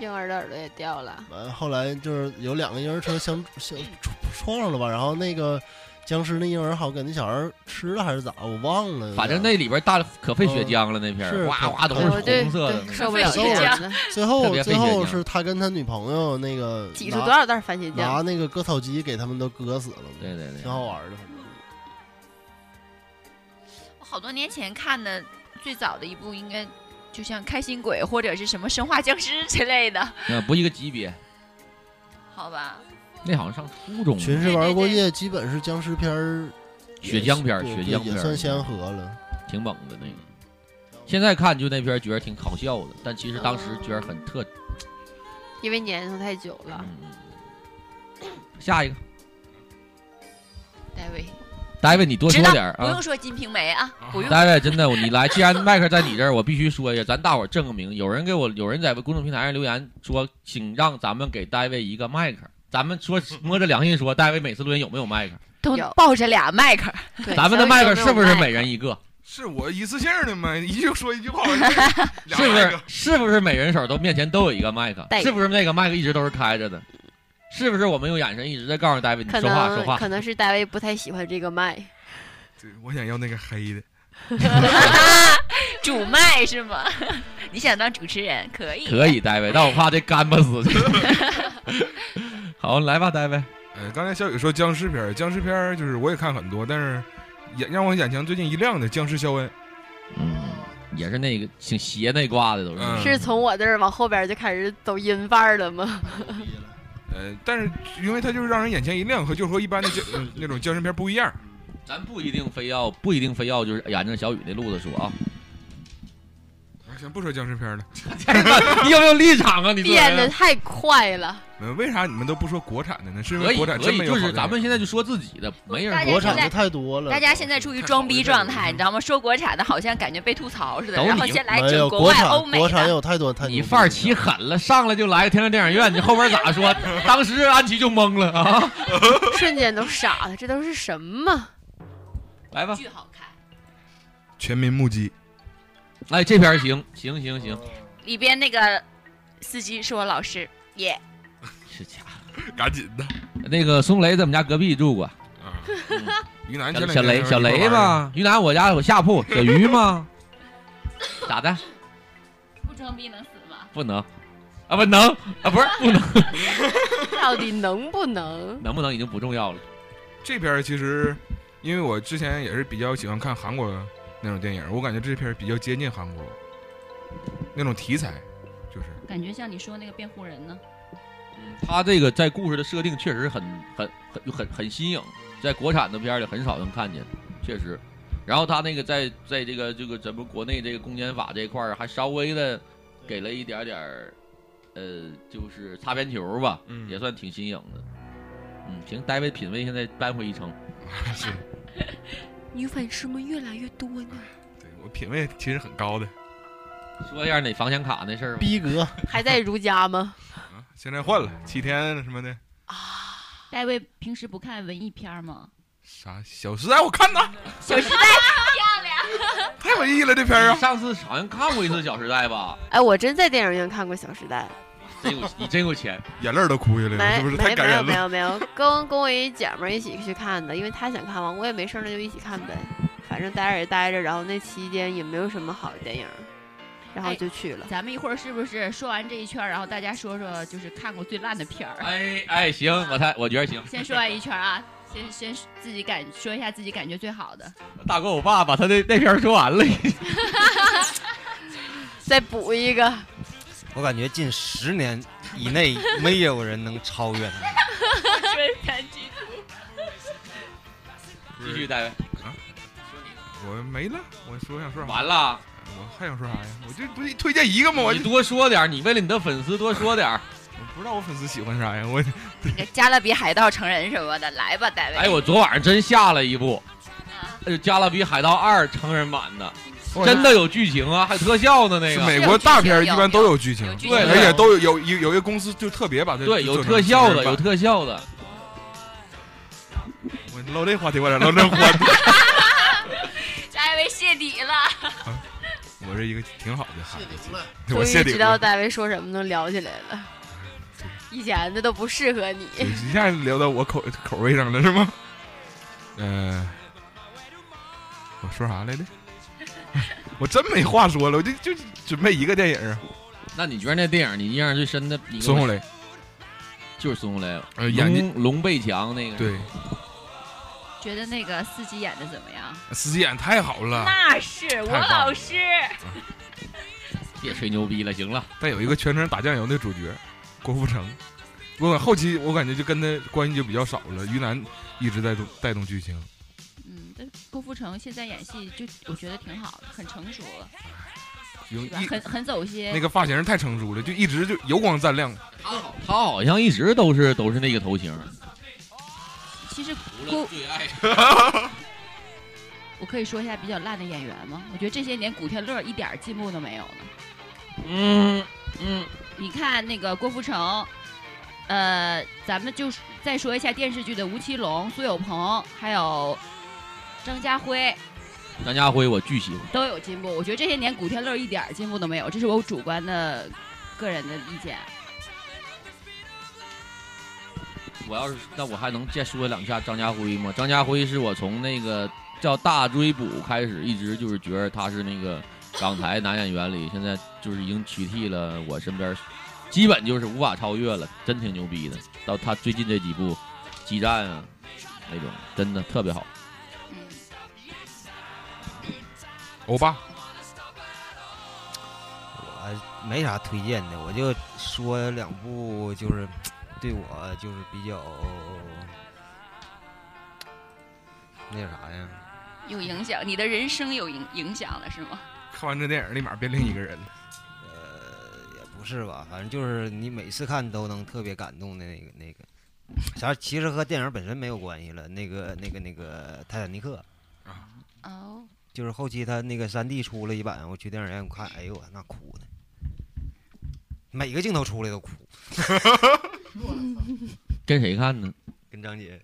S12: 婴儿的耳朵也掉了，
S16: 完后来就是有两个婴儿车相相撞上了吧，然后那个僵尸那婴儿好像给那小孩儿吃了还是咋，我忘了。
S10: 反正那里边大可费血浆了，那片
S16: 嗯是
S10: 儿哗哗都是红色的，那
S12: 受
S10: 个
S12: 不了
S16: 最
S12: 这
S16: 后
S12: 样的。
S16: 最
S10: 特
S16: 后
S10: 别费
S16: 最
S10: 啊血
S16: 后
S10: 浆
S16: 是他跟他女朋友那个
S12: 挤出
S16: 拿
S12: 多少袋番茄
S16: 拿
S12: 酱？
S16: 那个割草机给他们都割死了嘛，
S10: 对对对
S16: 挺好玩儿的。
S17: 嗯我好多年前看的最早的一部，应该就像《开心鬼》或者是什么《生化僵尸》之类的，
S10: 嗯，不一个级别，
S17: 好吧？
S10: 那好像上初中
S16: 群尸玩过夜基本是僵尸片儿，
S10: 血浆片儿
S16: 对
S10: 血
S16: 对
S10: 浆
S16: 也
S10: 片儿嗯
S16: 算先河了。
S10: 挺猛的那个。现在看就那片儿觉得挺好笑的，但其实当时觉得很特。嗯
S12: 因为年头太久了。
S10: 下一个，
S17: 戴维，
S10: 大卫你多
S17: 知
S10: 说
S17: 道
S10: 点儿
S17: 不
S10: 啊
S17: 用。说《金瓶梅》啊，不 用。
S10: 大卫，真的，你来，既然麦克在你这儿，我必须说一下，咱大伙儿证个名。有人给我，有人在公众平台上留言说，请让咱们给大卫一个麦克。咱们说摸着良心说，大卫每次录音有没有麦克？
S17: 都抱着俩麦克，
S12: 哎
S10: 咱们的麦克是不是每人一个？
S14: 是我一次性的吗？ 一句说一句话，
S10: 是不是？是不是每人手都面前都有一个麦克
S12: 带？
S10: 是不是那个麦克一直都是开着的？是不是我们用眼神一直在告诉大卫你
S12: 可
S10: 说话说
S12: 能
S10: 话
S12: 可？能是大卫不太喜欢这个麦，
S14: 对，我想要那个黑的。
S17: 主麦是吗？ 你想当主持人可以，
S10: 可以，大卫，但我怕这干巴死。 好，来吧，大卫。
S14: 呃，刚才小雨说僵尸片儿，僵尸片儿就是我也看很多，但是眼让我眼前最近一亮的《僵尸肖恩》。
S10: 嗯也是那个挺邪那挂的，都是。
S14: 嗯
S12: 是从我这儿往后边就开始走音范儿了吗？
S14: 呃，但是因为它就是让人眼前一亮，和就是和一般的僵、 嗯那种僵尸片不一样。
S10: 咱不一定非要，不一定非要就是沿着小雨那路子说啊。
S14: 啊行，不说僵尸片了。
S10: 你有没有立场啊？你做
S12: 变得
S10: 人
S12: 太快了，
S14: 嗯，为啥你们都不说国产的呢？是因
S10: 可
S14: 为
S10: 以
S14: 国产
S10: 可
S14: 真
S10: 以，
S14: 没有
S10: 就
S14: 好
S10: 是
S14: 电
S10: 咱
S14: 影
S10: 们现在就说自己的，没
S17: 大
S10: 人
S17: 家
S10: 国
S17: 现
S10: 产
S17: 在
S10: 的
S16: 太多了
S17: 大家现在处于装逼状态，你知道吗？说国产的好像感觉被吐槽似的，
S10: 都
S17: 然后
S10: 你
S17: 先来
S16: 没
S17: 整
S16: 有国
S17: 外
S16: 产
S17: 欧美
S16: 国产
S17: 的，
S16: 有太多太多
S10: 你范儿起狠了，上来就来天上电影院，你后边 咋说？当时安琪就懵了啊！
S12: 瞬间都傻了，这都是什么？
S10: 来吧，
S17: 巨好看。
S14: 全民目击。
S10: 哎，这片儿行行行行，
S14: 哦
S17: 里边那个司机是我老师，耶、
S10: 是家伙。
S14: 赶紧的。
S10: 那个松雷在我们家隔壁住过，
S14: 云南
S10: 小
S14: 前两
S10: 小
S14: 天
S10: 雷
S14: 有
S10: 小
S14: 一块啊玩
S10: 雷
S14: 儿
S10: 嘛，云南我家有下铺，小鱼 嘛，咋的？
S17: 不装逼能死吗？
S10: 不能啊，不能啊，不是不能，
S12: 到底能不能？
S10: 能不能已经不重要了。
S14: 这片儿其实，因为我之前也是比较喜欢看韩国那种电影，我感觉这片儿比较接近韩国那种题材，就是
S11: 感觉像你说那个辩护人呢，
S10: 他这个在故事的设定确实很很很很很新颖，在国产的片儿里很少能看见，确实。然后他那个在在这个这个咱们国内这个公检法这一块儿，还稍微的给了一点点儿，呃，就是擦边球吧，也算挺新颖的。嗯，行，大卫品味现在扳回一城。
S14: 是
S12: 女粉丝们越来越多呢，
S14: 我品味其实很高的。
S10: 说一下那房险卡那事儿吧。
S16: 逼格，
S12: 还在如家吗？
S14: 啊现在换了七天什么的，
S11: 大卫平时不看文艺片儿吗？
S14: 啥《小时代》啊我看呐，
S17: 小时代漂亮，
S14: 太文艺了这片儿啊！
S10: 上次好像看过一次《小时代》吧？
S12: 哎，我真在电影院看过《小时代》。
S10: 真有你真有钱，
S14: 眼泪都哭下来了，
S12: 没
S14: 是不是
S12: 没
S14: 太感
S12: 没有
S14: 人
S12: 没有
S14: 了？
S12: 没有，跟跟我一姐们儿一起去看的，因为她想看嘛，我也没事儿那就一起看呗，反正待着也待着，然后那期间也没有什么好的电影，然后就去了。
S11: 咱们一会儿是不是说完这一圈儿，然后大家说说就是看过最烂的片儿？
S10: 哎哎，行，我猜我觉得行。
S11: 先说完一圈儿啊，先先自己感说一下自己感觉最好的。
S10: 大哥，我爸把他那那篇儿说完了。
S12: 再补一个，
S13: 我感觉近十年以内没有人能超越他。
S17: 追男剧图。
S10: 继续，大卫。
S14: 我没了，我说想说啥？
S10: 完了，
S14: 我还想说啥呀？我这不是推荐一个吗？我
S10: 你多说点儿，你为了你的粉丝多说点儿。
S14: 我不知道我粉丝喜欢啥呀？我
S11: 那个《加勒比海盗》成人什么的，来吧，大卫。
S10: 哎，我昨晚上真下了一部，呃《加勒比海盗二》成人版的，真的有剧情啊，还有特效呢。那
S14: 是
S10: 个
S14: 美国大片儿一般都有剧情，
S10: 情有有有
S14: 而且都有有有有一个公司就特别把它
S10: 对
S14: 做
S10: 有
S14: 成
S10: 特效
S14: 成
S10: 的，
S14: 人版
S10: 有特效的。
S14: 我唠这话题，我咋 唠这话题？
S11: 大卫谢底了，
S14: 我是一个挺好的孩子，
S12: 终
S14: 我谢
S12: 于
S14: 顶
S12: 知道大卫说什么能聊起来了，以前的都不适合你。
S14: 一下聊到我口口味上了是吗？嗯、我说啥来着？ 我真没话说了，我就就准备一个电影啊，
S10: 那你觉得那电影你印象最深的？你跟
S14: 孙
S10: 我
S14: 红雷，
S10: 就是孙红雷，
S14: 呃演技
S10: 龙龙背强那个。
S14: 对，
S11: 觉得那个司机演的怎么样？
S14: 司机演太好了。
S11: 那是我
S14: 啊太棒了
S11: 老师。
S10: 别吹牛逼了，行了。
S14: 但有一个全程打酱油的主角，郭富城。我感后期我感觉就跟他关系就比较少了，于南一直在动带动剧情。
S11: 嗯，但郭富城现在演戏就我觉得挺好的，很成熟了，
S14: 有
S11: 是吧？很很走心。
S14: 那个发型太成熟了，就一直就油光灿亮。
S10: 他好像一直都是都是那个头型。
S11: 其实
S10: 了
S11: 郭
S10: 最爱，
S11: 我可以说一下比较烂的演员吗？我觉得这些年古天乐一点儿进步都没有呢。
S10: 嗯嗯，
S11: 你看那个郭富城，呃，咱们就是再说一下电视剧的吴奇隆、苏有朋，还有张家辉
S10: 张家辉我巨喜欢。
S11: 都有进步。我觉得这些年古天乐一点儿进步都没有，这是我主观的个人的意见。
S10: 我要是那我还能再说两下张家辉吗？张家辉是我从那个叫大追捕开始，一直就是觉得他是那个港台男演员里，现在就是已经取替了我身边，基本就是无法超越了，真挺牛逼的。到他最近这几部，《激战》啊那种，真的特别好。
S14: 欧巴，
S16: 我没啥推荐的，我就说两部就是对我就是比较那叫啥呀？
S11: 有影响，你的人生有影影响了是吗？
S14: 看完这电影立马变另一个人了。
S16: 不是吧？反正就是你每次看都能特别感动的那个那个，啥其实和电影本身没有关系了。那个那个那个《泰坦尼克》
S11: 哦，
S16: 就是后期他那个三 D 出了一版，我去电影院我看，哎呦我那哭的，每个镜头出来都哭。
S10: 跟谁看呢？
S16: 跟张姐，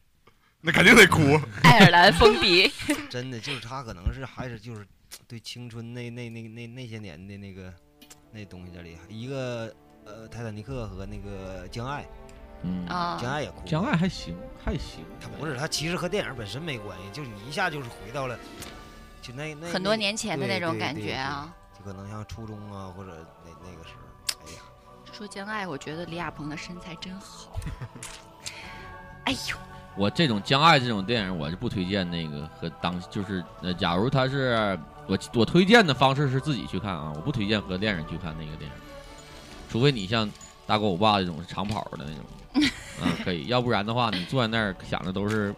S14: 那肯定得哭。
S11: 爱尔兰风 笛，
S16: 真的就是他可能是还是就是对青春那那那那那些年的那个那东西在里，一个呃《泰坦尼克》和那个《将爱》，
S10: 嗯
S11: 啊
S16: 将爱也哭了，
S10: 江爱还行，还行。
S16: 他不是，他其实和电影本身没关系，就是你一下就是回到了就那那
S11: 很多年前的那种感觉，啊。
S16: 对对对就可能像初中啊或者那那个时候，哎呀，
S11: 说将爱，我觉得李亚鹏的身材真好。哎呦，
S10: 我这种将爱这种电影，我是不推荐那个和当就是呃，假如他是我我推荐的方式是自己去看啊，我不推荐和恋人去看那个电影，除非你像大哥我爸这种是长跑的那种，啊可以，要不然的话你坐在那儿想的都是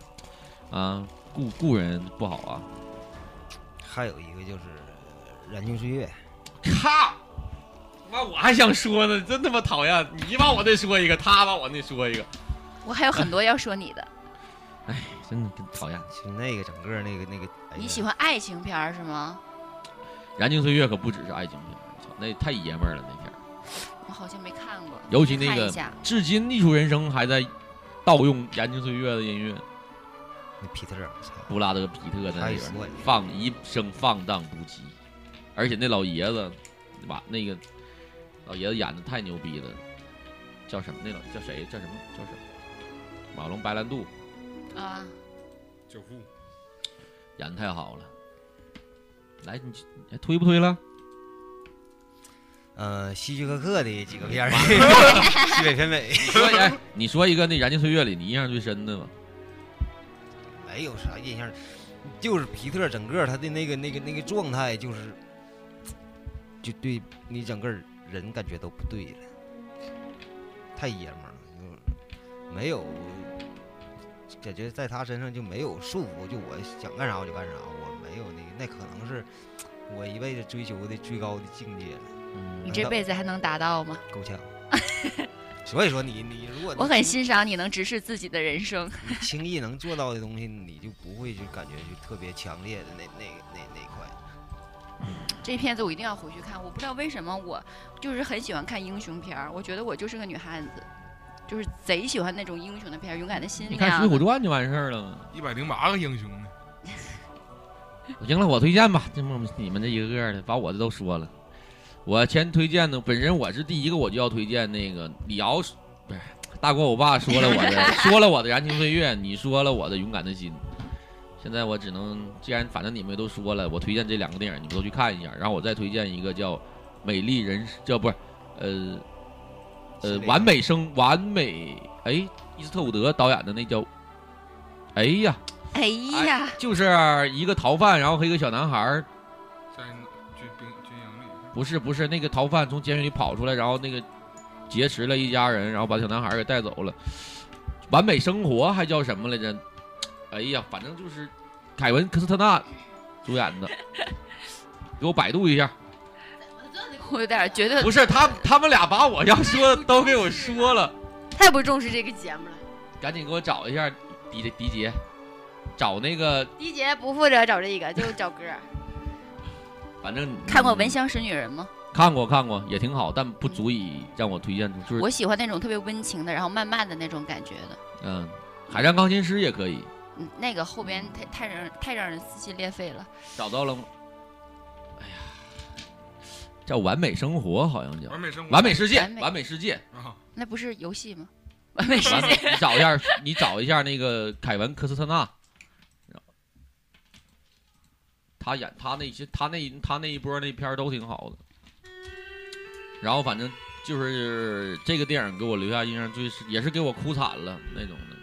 S10: 啊故故人不好啊。
S16: 还有一个就是《燃情岁月》，
S10: 靠！妈，我还想说呢，真他妈讨厌！你把我那说一个，他把我那说一个，
S11: 我还有很多要说你
S16: 哎
S11: 的。
S10: 真的真讨厌。
S16: 就那个整个那个那个，哎呀
S11: 你喜欢爱情片儿是吗？
S10: 燃情岁月》可不只是爱情片，操，那太爷们儿了那片儿。
S11: 我好像没看过。
S10: 尤其那
S11: 看一
S10: 个
S11: 下，
S10: 至今《艺术人生》还在盗用《燃情岁月》的音乐，
S16: 那皮特，
S10: 布拉德皮特在那里边
S16: 太帅了
S10: 放一声放荡不羁，而且那老爷子，把那个老爷子演的太牛逼了，叫什么？那老叫谁？叫什么？叫什么？马龙白兰度
S11: 啊，
S14: 九父，
S10: 演的太好了。来，你你推不推了？
S16: 呃，希区柯克的几个片 儿，《西北偏北》
S10: 你说，哎，你说一个那《燃情岁月》里你印象最深的吧？
S16: 没有哎啥印象，就是皮特整个他的那个那个那个状态，就是就对你整个人感觉都不对了，太爷们儿了，就是没有感觉在他身上就没有束缚，就我想干啥我就干啥，我没有那个
S13: 那可能是我一辈子追求的最高的境界了。
S10: 嗯
S11: 你这辈子还能达到吗？
S13: 够呛。所以说你你如果
S11: 我很欣赏你能直视自己的人生，
S13: 你轻易能做到的东西，你就不会就感觉就特别强烈的那那那那一块。
S11: 这片子我一定要回去看。我不知道为什么我就是很喜欢看英雄片儿，我觉得我就是个女汉子，就是贼喜欢那种英雄的片儿，《勇敢的心》啊
S10: 你
S11: 那
S10: 看《
S11: 样
S10: 水浒
S11: 的。
S10: 传》就完事儿了嘛。
S14: 一百零八个英雄呢。
S10: 行了，我推荐吧，这么你们这一个个的把我的都说了。我先推荐呢，本身我是第一个，我就要推荐那个李敖，不是大国我爸说了我的，说了我的燃情岁月，你说了我的勇敢的心。现在我只能，既然反正你们都说了，我推荐这两个电影，你们都去看一下。然后我再推荐一个叫《美丽人生》，叫不是，呃，呃，完美生完美，哎，伊斯特伍德导演的那叫，哎呀，
S11: 哎呀，
S10: 就是一个逃犯，然后和一个小男孩儿
S14: 在军兵军营里，
S10: 不是不是，那个逃犯从监狱里跑出来，然后那个劫持了一家人，然后把小男孩儿给带走了。完美生活还叫什么来着？哎呀，反正就是凯文·科斯特纳主演的，给我百度一下。
S11: 我有点啊觉得
S10: 不是他，他们俩把我要说的都给我说了，
S12: 太不重视这个节目了。
S10: 赶紧给我找一下迪迪杰，找那个，
S12: 迪杰不负责找这个，就找歌。
S10: 反正
S11: 看过《闻香识女人》吗？
S10: 看过看过也挺好，但不足以让我推荐出，就是
S11: 我喜欢那种特别温情的，然后慢慢的那种感觉的。
S10: 嗯，海上钢琴师也可以。
S11: 嗯，那个后边太太让太让人撕心裂肺了。
S10: 找到了吗？哎呀，叫完美生活好像叫
S14: 完美生活啊
S10: 完美世界
S11: 完，美
S10: 完美世界。
S11: 那不是游戏 吗？完美世
S10: 完美
S11: 界，
S10: 你找一下， 你找一下那个凯文·科斯特纳，他演他那些他那他那一波那片儿都挺好的。然后反正就是这个电影给我留下印象最是也是给我哭惨了那种的。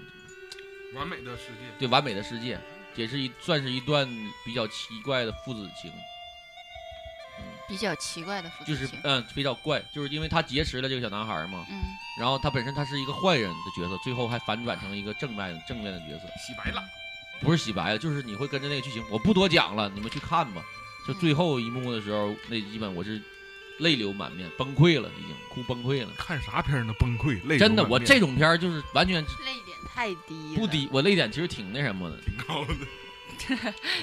S14: 完美的世界。
S10: 对完美的世界，也是一算是一段比较奇怪的父子情。
S11: 比较奇怪的
S12: 啊
S11: 父
S10: 就
S11: 子
S10: 是
S11: 情。
S10: 嗯比较怪，就是因为他劫持了这个小男孩嘛，
S11: 嗯，
S10: 然后他本身他是一个坏人的角色，最后还反转成一个正面正面的角色，
S14: 洗白了，
S10: 不是洗白了，就是你会跟着那个剧情，我不多讲了，你们去看吧。就
S12: 嗯
S10: 最后一幕的时候，那基本我是泪流满面，崩溃了，已经哭崩溃了。
S14: 看啥片儿呢？崩溃，泪流
S10: 真的，
S14: 满
S10: 我
S14: 面
S10: 这种片儿就是完全
S12: 泪点太低了，
S10: 不低，我泪点其实挺那什么的，
S14: 挺高的。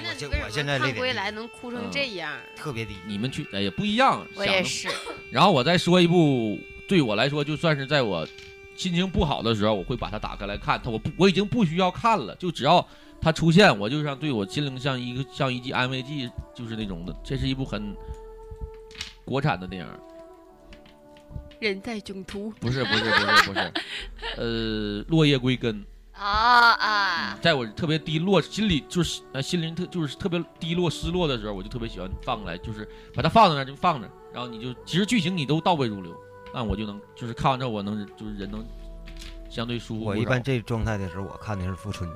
S12: 那你
S13: 现
S12: 为
S13: 我
S12: 什
S13: 现
S12: 么
S13: 在泪
S12: 看
S13: 点
S12: 归
S13: 低
S12: 来能哭成
S10: 嗯
S12: 这样？
S13: 特别低。
S10: 你们去哎呀不一样，
S12: 我
S10: 想
S12: 也
S10: 的
S12: 是。
S10: 然后我再说一部，对我来说就算是在我心情不好的时候，我会把它打开来看它。我不我已经不需要看了，就只要它出现，我就像对我心灵像一个像一剂安慰剂，就是那种的。这是一部很国产的电影，
S12: 人在囧途。
S10: 不是不是不是不是，呃，落叶归根。
S11: 哦
S12: 啊啊！
S10: 在我特别低落、心里就是呃心灵特就是特别低落、失落的时候，我就特别喜欢放来，就是把它放在那儿就放着，然后你就其实剧情你都倒背如流，那我就能就是看完之后我能就是人能相对舒服不少。
S13: 我一般这状态的时候，我看的是《富春》。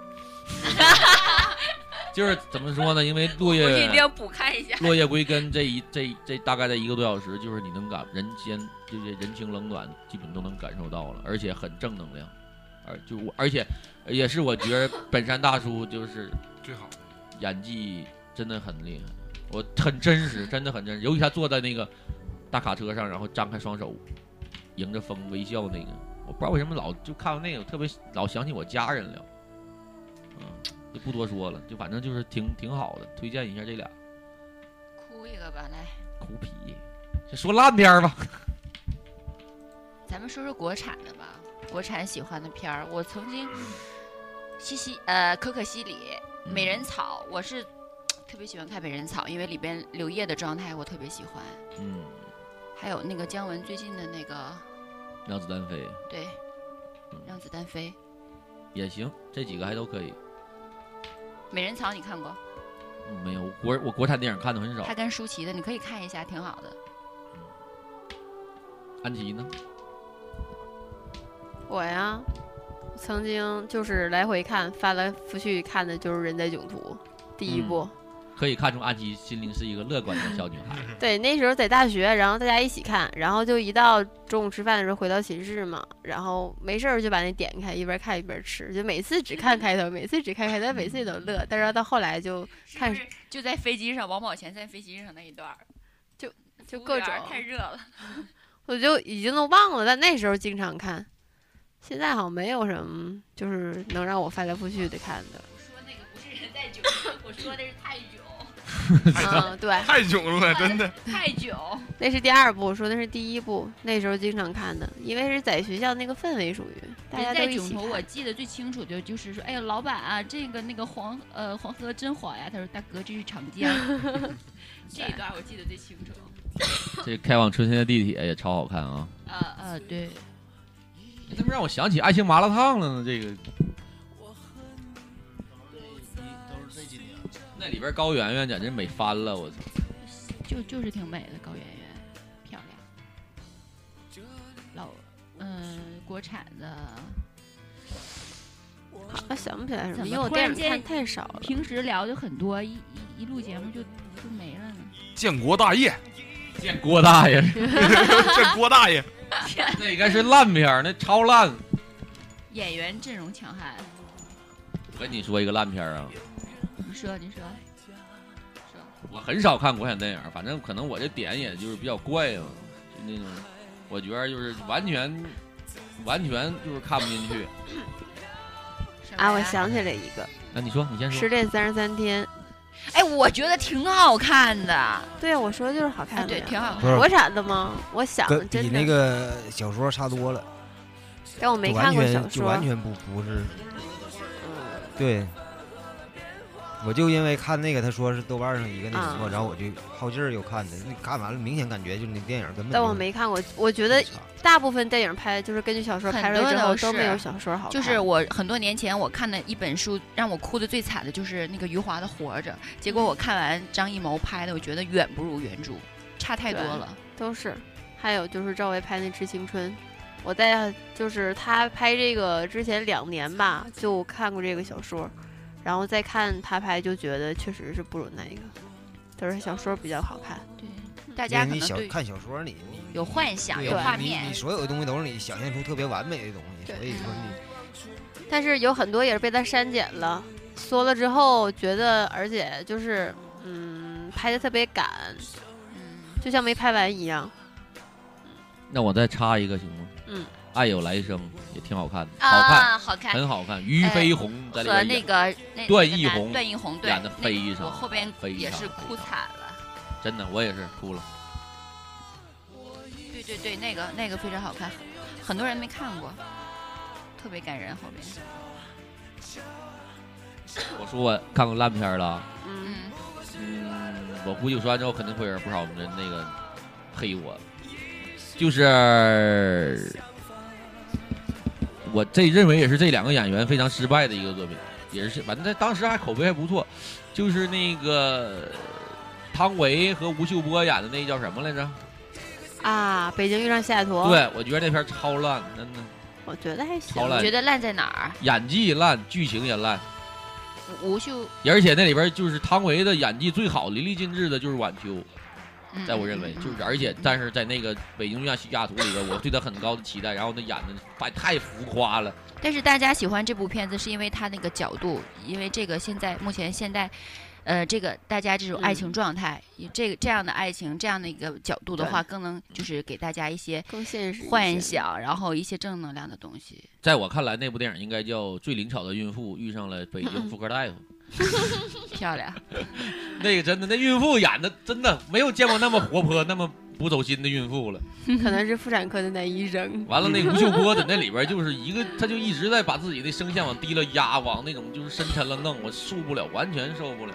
S10: 就是怎么说呢？因 为落叶
S11: 回去一定要补看一下
S10: 落叶归根这一这一这大概在一个多小时，就是你能感人间这些人情冷暖，基本都能感受到了，而且很正能量，而就我而且也是我觉得本山大叔就是
S14: 最 好的
S10: 演技真的很厉害，我很真实，真的很真实，尤其他坐在那个大卡车上，然后张开双手，迎着风微笑那个，我不知道为什么老就看完那个，我特别老想起我家人了。嗯就不多说了，就反正就是挺挺好的，推荐一下这俩
S11: 哭一个吧，来，
S10: 苦皮。先说烂片儿吧，
S11: 咱们说说国产的吧，国产喜欢的片儿。我曾经，西西呃，可可西里、
S10: 嗯
S11: 美人草，我是特别喜欢看美人草，因为里边柳叶的状态我特别喜欢。
S10: 嗯，
S11: 还有那个姜文最近的那个，
S10: 让子弹飞
S11: 对，
S10: 嗯
S11: 让子弹飞。
S10: 也行，这几个还都可以。
S11: 美人草你看过？
S10: 嗯没有我国我国产电影看的很少
S11: 他。跟舒淇的，你可以看一下，挺好的。
S10: 安琪呢？
S12: 我呀，曾经就是来回看，翻来覆去看的就是《人在囧途》第一部，
S10: 可以看出阿基心灵是一个乐观的小女孩。
S12: 对，那时候在大学，然后大家一起看，然后就一到中午吃饭的时候回到寝室嘛，然后没事儿就把那点开，一边看一边吃，就每次只看
S11: 嗯
S12: 开头，每次只看开头，每次都乐。但是到后来就看，
S11: 就在飞机上，王宝强在飞机上那一段儿，
S12: 就就各种
S11: 太 热了。
S12: 我就已经都忘了，但那时候经常看，现在好像没有什么就是能让我翻来覆去的看的。
S11: 说那个不是人在囧，我说的是泰囧。
S14: 哎
S12: 嗯，对，
S14: 太囧了，真的。
S11: 泰囧，
S12: 那是第二部，我说那是第一部，那时候经常看的，因为是在学校那个氛围属于大家
S17: 人
S12: 都
S17: 哎在
S12: 一
S17: 囧
S12: 起
S17: 头，
S12: 看。
S17: 我记得最清楚的就是说，哎呀，老板啊，这个那个黄呃黄河真黄呀。他说大哥，这是长江。
S11: 这一段我记得最清楚。
S10: 这开往春天的地铁也超好看啊！
S11: 呃
S17: 呃，对，
S10: 你哎怎么让我想起《爱情麻辣烫》了呢？这个那里边高圆圆简直美翻了，我操！
S17: 就就是挺美的，高圆圆漂亮。老嗯、国产的
S12: 好像想不起来什么，
S17: 怎
S12: 因为我
S17: 么突
S12: 电
S17: 然
S12: 影
S17: 间
S12: 看太少了。
S17: 平时聊就很多，一一一录节目就就没了呢。
S14: 建国大 业，
S10: 见郭大爷，
S14: 这郭大爷，
S10: 那应该是烂片儿，那超烂。
S17: 演员阵容强悍，
S10: 我跟你说一个烂片儿啊，
S17: 你说你说，
S10: 我很少看国产电影儿，反正可能我这点也就是比较怪嘛，就那种，我觉得就是完全完全就是看不进去。
S12: 啊，
S17: 哎
S12: 我想起来一个
S10: 那、你说，你先
S12: 《
S10: 说。
S12: 失恋三十三天》，
S11: 哎，我觉得挺好看的。哎
S12: 对啊，我说就是好看的
S11: 对
S12: 呀，
S11: 挺好
S13: 不是
S12: 国产的吗？我想
S13: 跟比
S12: 真
S13: 那
S12: 的，
S13: 个小说差多了，
S12: 但我没
S13: 就
S12: 看
S13: 完
S12: 过小
S13: 全就
S12: 说。嗯
S13: 完全不不是。对，我就因为看那个，他说是豆瓣上一个那什么，
S12: 啊
S13: 然后我就好劲儿又看的，那看完了明显感觉就是那电影根本就。
S12: 但我没看过，我觉得大部分电影拍就是根据小说拍
S11: 很
S12: 出
S11: 多
S12: 来之后
S11: 都
S12: 都
S11: 是
S12: 没有小说好看。
S11: 就是我很多年前我看的一本书，让我哭的最惨的就是那个余华的《活着》，结果我
S12: 嗯
S11: 看完张艺谋拍的，我觉得远不如原著，差太多
S12: 对
S11: 了。
S12: 都是。还有就是赵薇拍那《致青春》，我在就是她拍这个之前两年吧，就看过这个小说，然后再看她拍，就觉得确实是不如那个，就是小说比较好看。
S11: 对，大
S13: 因
S11: 家
S13: 为
S11: 可
S13: 你
S11: 能
S13: 小
S11: 对
S13: 看小说你，你
S11: 有幻想
S13: 对
S11: 有画
S13: 你
S11: 面
S13: 你所有的东西都是你想象出特别完美的东西，所以说你
S12: 但是有很多也是被他删减了，缩了之后觉得，而且就是嗯，拍的特别赶，
S11: 嗯
S12: 就像没拍完一样。
S10: 那我再插一个行吗？
S12: 嗯，
S10: 爱有来生也挺好看的，
S11: 啊
S10: 看，
S11: 好看
S10: 很好看。俞飞鸿在里
S11: 呃和
S10: 边
S11: 那
S10: 演，
S11: 个那
S10: 段
S11: 那个
S10: 奕
S11: 男
S10: 宏
S11: 段奕宏对
S10: 演得
S11: 那
S10: 非
S11: 个
S10: 常
S11: 我后边
S10: 非
S11: 也
S10: 常
S11: 是
S10: 非
S11: 哭
S10: 常
S11: 惨了。
S10: 真的我也是哭了。
S11: 对对对，那个那个非常好看，很多人没看过，特别感人。后边，
S10: 我说我看过烂片儿了，
S11: 嗯，
S10: 嗯，我估计我说完之后肯定会有人不少人那个黑我，就是我这认为也是这两个演员非常失败的一个作品，也是反正在当时还口碑还不错，就是那个汤唯和吴秀波演的那叫什么来着？
S12: 啊，北京遇上西雅图。
S10: 对，，我觉得那片儿超烂，真的
S12: 我觉得还行。
S10: 超烂，
S11: 觉得烂在哪儿？
S10: 演技烂，剧情也烂。
S11: 吴秀，
S10: 而且那里边就是汤唯的演技最好、淋漓尽致的就是晚秋，
S11: 嗯
S10: 在我认为就是，而且但是在那个《北京遇上西雅图》里边，我对她很高的期待，然后她演的太太浮夸了，
S11: 但是大家喜欢这部片子是因为它那个角度，因为这个现在目前现在，呃，这个大家这种爱情状态，以这个这样的爱情这样的一个角度的话，更能就是给大家一些
S12: 更现实一些
S11: 幻想，然后一些正能量的东西。
S10: 在我看来，那部电影应该叫《最灵巧的孕妇遇上了北京妇科大夫》。
S11: 漂亮，
S10: 那个真的，那孕妇演的真的没有见过那么活泼、那么不走心的孕妇了。
S12: 可 能是妇产科的男医生。
S10: 完了，那吴秀波在那里边就是一个，他就一直在把自己的声线往低了压，往那种就是深沉了弄，我受不了，完全受不了。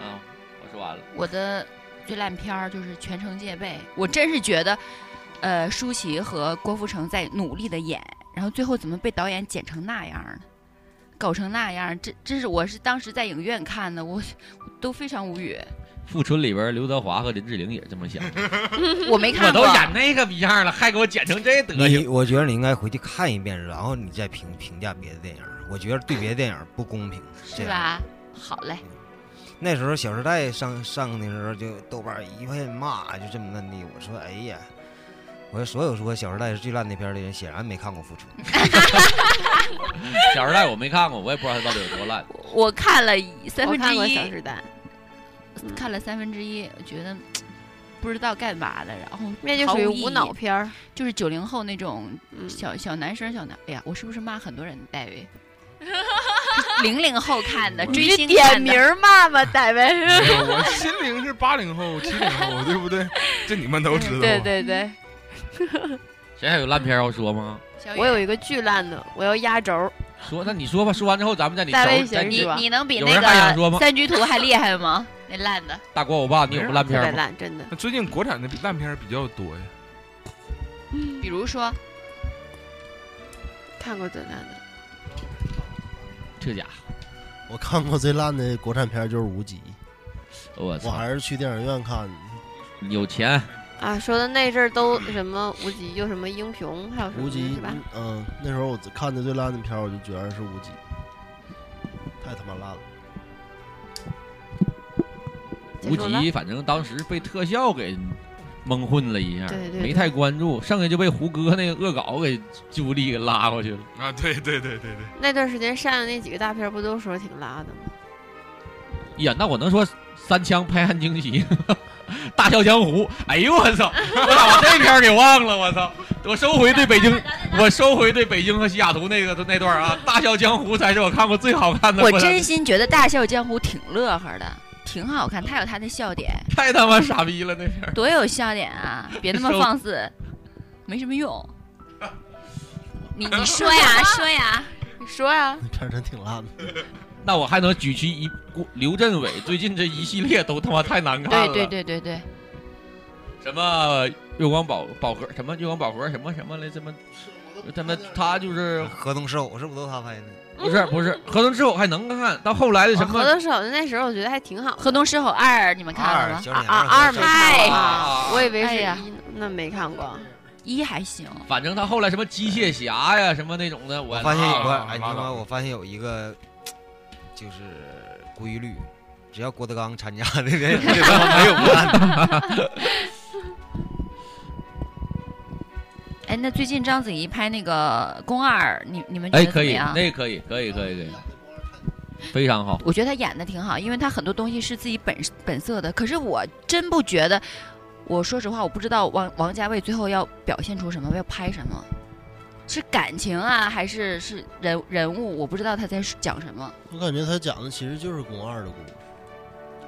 S10: 啊，我说完了。
S11: 我的最烂片儿就是《全城戒备》，我真是觉得，呃，舒淇和郭富城在努力的演，然后最后怎么被导演剪成那样儿呢？搞成那样儿，这这是我是当时在影院看的，我我都非常无语。
S10: 富春》里边刘德华和林志玲也这么想的。
S11: 我没看
S10: 我
S11: 过。
S10: 都演那个逼样了，还给我剪成这德
S13: 你
S10: 行。
S13: 我觉得你应该回去看一遍，然后你再评评价别的电影。我觉得对别的电影不公平，这
S11: 是
S13: 样？
S11: 吧？好嘞，
S13: 那时候《小时代上》上的时候，就豆瓣一片骂，啊就这么烂地。我说，哎呀，我说所有说《小时代》是最烂的片儿的人，显然没看过《复仇》。
S10: 《小时代》我没看过，我也不知道它到底有多烂。
S11: 我看了一三
S12: 我
S11: 分之
S12: 看过《
S11: 一，
S12: 小时嗯代》，
S11: 看了三分之一，我觉得不知道干嘛的，然后
S12: 那就
S11: 毫
S12: 属于
S11: 无意
S12: 无
S11: 义
S12: 脑片儿。嗯
S11: 就是九零后那种小小男生小男，哎呀，我是不是骂很多人？戴 维，零零后看的，
S12: 你
S11: 追
S12: 是
S11: 星
S12: 点
S11: 看的
S12: 名
S10: 哦
S12: 儿骂吧，戴维。
S14: 没有我心灵是八零后、七零后，对不对？这你们都知道。
S12: 嗯
S14: 啊
S12: 对对对，
S10: 谁还有烂片要说吗？
S12: 我有一个巨烂的，我要压轴。
S10: 说，那你说吧，说完之后咱们再你
S12: 大卫
S10: 收再
S12: 先
S10: 你
S12: 说
S11: 你能比
S10: 有
S11: 那
S10: 人还想说
S11: 个
S10: 吗
S11: 三局图还厉害吗？ 那烂的，
S10: 大国欧巴，你有烂片吗？
S12: 烂，真的。
S14: 那最近国产的烂片儿比较多呀，
S11: 比如说
S12: 看过最烂的，
S10: 这家
S16: 我看过最烂的国产片就是《无极》，
S10: 伙，我
S16: 我
S10: 操，
S16: 还是去电影院看的。
S10: 有钱，
S12: 啊，说的那阵儿都什么无极，又什么英雄，还有什
S16: 无
S12: 么
S16: 极
S12: 是吧？，
S16: 嗯，那时候我看的最烂的片儿，我就觉得是《无极》，太他妈烂了。
S10: 无极，反正当时被特效给蒙混了一下，
S12: 对对对
S10: 没太关注，剩下就被胡歌那个恶搞给助力给拉过去了。
S14: 啊，对对对对对，
S12: 那段时间上的那几个大片儿不都说挺拉的吗？
S10: 呀，那我能说《三枪拍案惊奇》《 大笑江湖》？哎呦我 操！我咋把这片儿给忘了？我操！我收回对北京，我收回对北京和西雅图那个那段啊，《大笑江湖》才是我看过最好看的。
S11: 我真心觉得《大笑江湖》挺乐呵的，挺好看，它有它的笑点，
S10: 太他妈傻逼了那片儿。
S11: 多有笑 点啊！别那么
S10: 收
S11: 放肆，没什 么用。你你说呀说呀，
S12: 你说呀，
S16: 那片儿真挺烂的。
S10: 那我还能举其一顾刘镇伟最近这一系列都他妈太难 看
S11: 对
S10: 了。
S11: 对对对对，
S10: 什么月光宝宝盒，什么月光宝盒，什么什么来，什么，他们他就是
S13: 合同手是不是都他拍的？
S10: 不是不是合同之后还能看，到后来的什
S12: 啊
S10: 么
S12: 合同手的那时候我觉得还挺好
S11: 《河东狮吼二》你们看了
S13: 二
S11: 吗？
S13: 小
S12: 啊
S13: 脸
S12: 啊二没看过
S10: 啊
S12: 啊，我以为
S11: 哎
S12: 是
S11: 呀
S12: 一呢，那没看过。
S11: 一还行，
S10: 反正他后来什么机械侠呀，什么那种的，我
S13: 我发现有个，
S10: 啊
S13: 哎，你妈，我发现有一个，就是规律，只要郭德纲参加的，这这他妈没有不烂的。
S11: 哎，那最近章子怡拍那个《宫二》，你你们觉
S10: 哎，
S11: 得怎
S10: 可
S11: 么
S10: 以，
S11: 样？
S10: 那可以，可以，可以，可以，非常好。
S11: 我觉得他演的挺好，因为他很多东西是自己本本色的。可是我真不觉得，我说实话，我不知道王王家卫最后要表现出什么，要拍什么，是感情啊，还是是人人物？我不知道他在讲什么。
S16: 我感觉他讲的其实就是宫二的故事。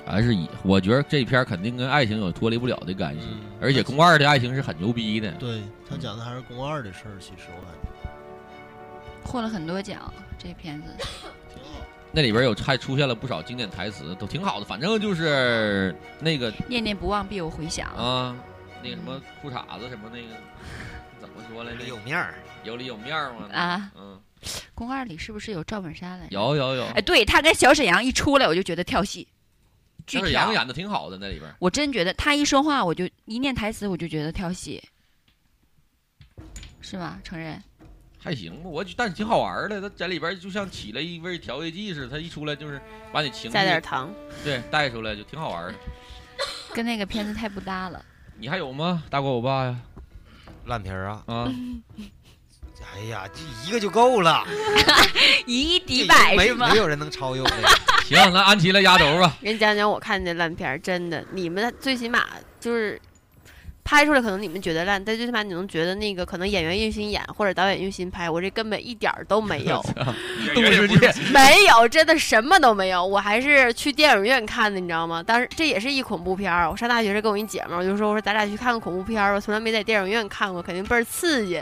S10: 还是以我觉得这片儿肯定跟爱情有脱离不了的干系，
S16: 嗯
S10: 而且宫二的爱情是很牛逼的。
S16: 对他讲的还是宫二的事儿，其实我感觉。
S11: 获了很多奖，这片子
S10: 那里边有还出现了不少经典台词，都挺好的。反正就是那个
S11: 念念不忘必有回响。
S10: 啊，那个什么裤衩子什么那个，怎么说来着？
S13: 有面儿，
S10: 有里有面儿吗？
S11: 啊
S10: 嗯，
S11: 宫二里是不是有赵本山来着？
S10: 有有有。
S11: 哎，对他跟小沈阳一出来，我就觉得跳戏，巨
S10: 就是
S11: 跳
S10: 杨。演的挺好的那里边儿。
S11: 我真觉得他一说话，我就一念台词，我就觉得跳戏，是吧？承认。
S10: 还行吧，我觉但是挺好玩儿的。他在里边儿就像起了一味儿调味剂似的，他一出来就是把你情绪
S12: 加点糖，
S10: 对带出来，就挺好玩儿
S11: 嗯
S10: 的。
S11: 跟那个片子太不搭了。
S10: 你还有吗？大国欧巴呀？
S13: 烂片儿啊！
S10: 啊，
S11: 嗯
S13: 哎呀，这一个就够了，
S11: 以一敌
S13: 这
S11: 百
S13: 没
S11: 是吗
S13: 没？有人能超越我的。
S10: 行，那安琪来压轴 吧。
S12: 跟你讲讲我看的烂片儿，真的，你们最起码就是拍出来，可能你们觉得烂，但最起码你能觉得那个可能演员用心演或者导演用心拍，我这根本一点儿都没有，
S10: 动物世界，
S12: 没有，真的什么都没有。我还是去电影院看的，你知道吗？当时这也是一恐怖片儿。我上大学时跟我一姐们儿，我就说我说咱俩去看个恐怖片儿吧，从来没在电影院看过，肯定倍儿刺激。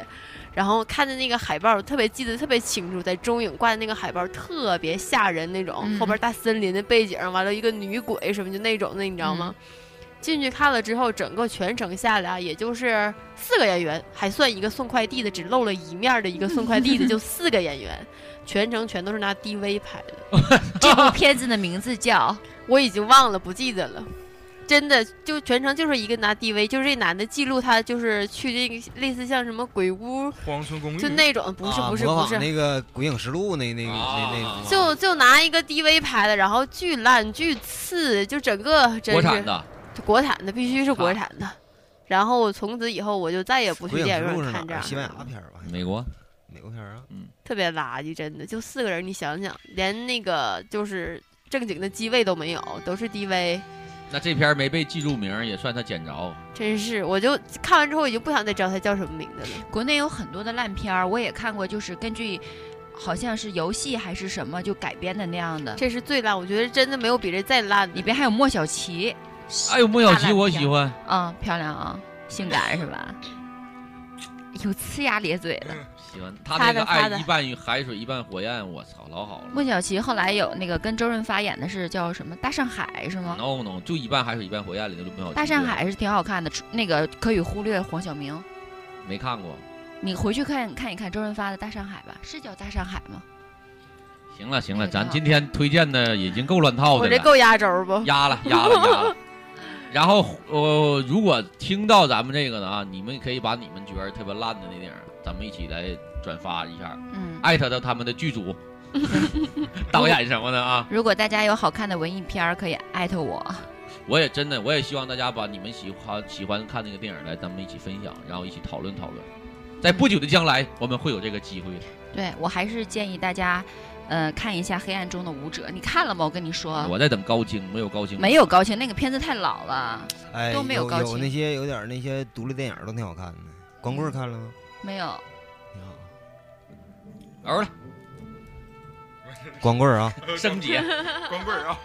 S12: 然后看的那个海报，特别记得特别清楚，在中影挂的那个海报特别吓人那种，
S11: 嗯
S12: 后边大森林的背景，完了一个女鬼什么就那种的，你知道吗？
S16: 嗯
S12: 进去看了之后，整个全程下来啊，也就是四个演员，还算一个送快递的，只露了一面儿的一个送快 递的，就四个演员，全程全都是拿 DV 拍的。
S11: 这部片子的名字叫
S12: 我已经忘了，不记得了。真的就全程就是一个拿 DV，就是这男的记录他就是去这个类似像什么鬼屋、
S14: 荒村公寓，
S12: 就那种不是
S16: 啊
S12: 不是
S16: 模
S12: 不
S16: 仿
S12: 是，
S16: 那个《鬼影实录》那那个那那种吗
S12: 就就拿一个 DV 拍的，然后巨烂巨次，就整个真是
S16: 国产的，
S12: 国产的必须是国产的。然后我从此以后我就再也不
S16: 《
S12: 去
S16: 鬼
S12: 电
S16: 影实
S12: 影
S16: 录》
S12: 院
S16: 是哪
S12: 看这
S16: 儿？
S12: 啊
S16: 啊
S12: 样
S16: 西
S12: 的
S16: 班
S12: 了
S16: 牙片儿吧？
S10: 美国
S16: 美国片儿啊？
S10: 嗯，
S12: 特别垃圾，真的就四个人，你想想，连那个就是正经的机位都没有，都是 DV，
S10: 那这片儿没被记住名儿也算他捡着。
S12: 真是我就看完之后我就不想再知道他叫什么名字了。
S11: 国内有很多的烂片儿，我也看过，就是根据好像是游戏还是什么就改编的那样的。
S12: 这是最烂，我觉得真的没有比这再烂的。
S11: 里边还有莫小琪，
S10: 哎呦，莫小琪我喜
S11: 欢
S10: 欢，
S11: 啊、漂亮啊，性感是吧？ 有呲牙咧嘴的。
S10: 喜欢他
S11: 发
S10: 那个
S11: 的发
S10: 爱
S11: 的
S10: 一半海水一半火焰，我操，老好了。
S11: 莫小琪后来有那个跟周润发演的是叫什么《大上海》是吗？
S10: no no，就一半海水一半火焰里头就没有。
S11: 大上海是挺好看的，除那个可以忽略黄晓明。
S10: 没看过。
S11: 你回去看看一看周润发的《大上海》吧，是叫《大上海》吗？
S10: 行了行了，咱今天推荐的已经够乱套的
S12: 我
S10: 了。
S12: 这够压轴不？
S10: 压了，压了，压了。然后，呃，如果听到咱们这个呢啊，你们可以把你们觉得特别烂的那电影，咱们一起来转发一下，
S11: 嗯
S10: 艾特到他们的剧 组、导演什么的啊。
S11: 如果大家有好看的文艺片儿，可以艾特我。
S10: 我也真的，我也希望大家把你们喜欢喜欢看那个电影来，咱们一起分享，然后一起讨论讨论。在不久的将来，我们会有这个机会。
S11: 对我还是建议大家，呃，看一下《黑暗中的舞者》，你看了吗？我跟你说，
S10: 我在等高清，没有高清，
S11: 啊没有高清，那个片子太老了，
S16: 哎，
S11: 都没
S16: 有
S11: 高
S16: 有那
S11: 清，
S16: 些有点儿那些独立电影儿都挺好看的，光棍儿看了吗？
S11: 没有。
S10: 熬了，
S16: 光棍儿啊。
S10: 升级。
S14: 光棍儿啊。